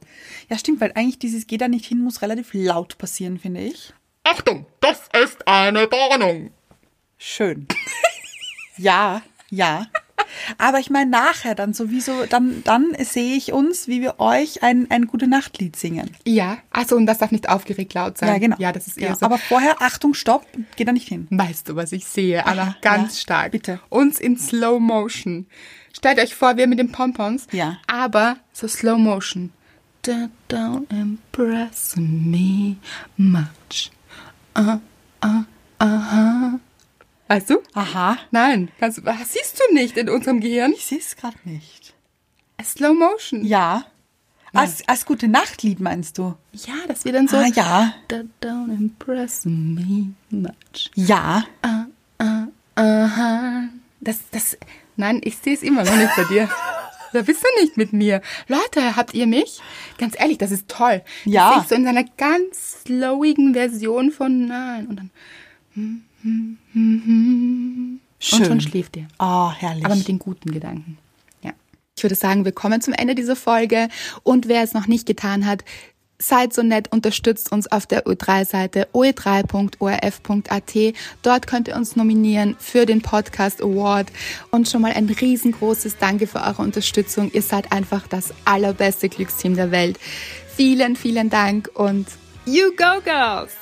S2: Ja, stimmt, weil eigentlich dieses Geh da nicht hin muss relativ laut passieren, finde ich.
S1: Achtung, das ist eine Warnung.
S2: Schön. ja, ja. Aber ich meine, nachher dann sowieso, dann, dann sehe ich uns, wie wir euch ein, ein Gute-Nacht-Lied singen.
S1: Ja, achso, und das darf nicht aufgeregt laut sein.
S2: Ja, genau.
S1: Ja, das ist eher
S2: Genau.
S1: so.
S2: Aber vorher, Achtung, stopp, geh da nicht hin.
S1: Weißt du, was ich sehe, Anna?
S2: Ah,
S1: Ganz
S2: ja,
S1: stark.
S2: bitte.
S1: Uns in Slow Motion. Stellt euch vor, wir mit den Pompons.
S2: Ja.
S1: Aber so Slow Motion. That don't impress me much. Ah, ah, aha. Weißt du?
S2: Aha.
S1: Nein. Kannst, du- was siehst du nicht in unserem Gehirn?
S2: Ich sehe es gerade nicht.
S1: Slow Motion.
S2: Ja. Als, als Gute-Nacht-Lied meinst du?
S1: Ja, dass wir dann so.
S2: Ah, ja.
S1: That don't impress me much.
S2: Ja.
S1: Äh, Aha. Das, das. Nein, ich sehe es immer noch nicht bei dir. Da bist du nicht mit mir. Leute, habt ihr mich? Ganz ehrlich, das ist toll. Das
S2: Ja.
S1: sehe Ich so in seiner ganz slowigen Version von Nein. Und dann.
S2: Schön.
S1: Und schon schläft ihr.
S2: Oh, herrlich.
S1: Aber mit den guten Gedanken. Ja. Ich würde sagen, wir kommen zum Ende dieser Folge. Und wer es noch nicht getan hat, seid so nett, unterstützt uns auf der OE3-Seite oe3.orf.at. Dort könnt ihr uns nominieren für den Podcast Award. Und schon mal ein riesengroßes Danke für eure Unterstützung. Ihr seid einfach das allerbeste Glücksteam der Welt. Vielen, vielen Dank und you go, girls!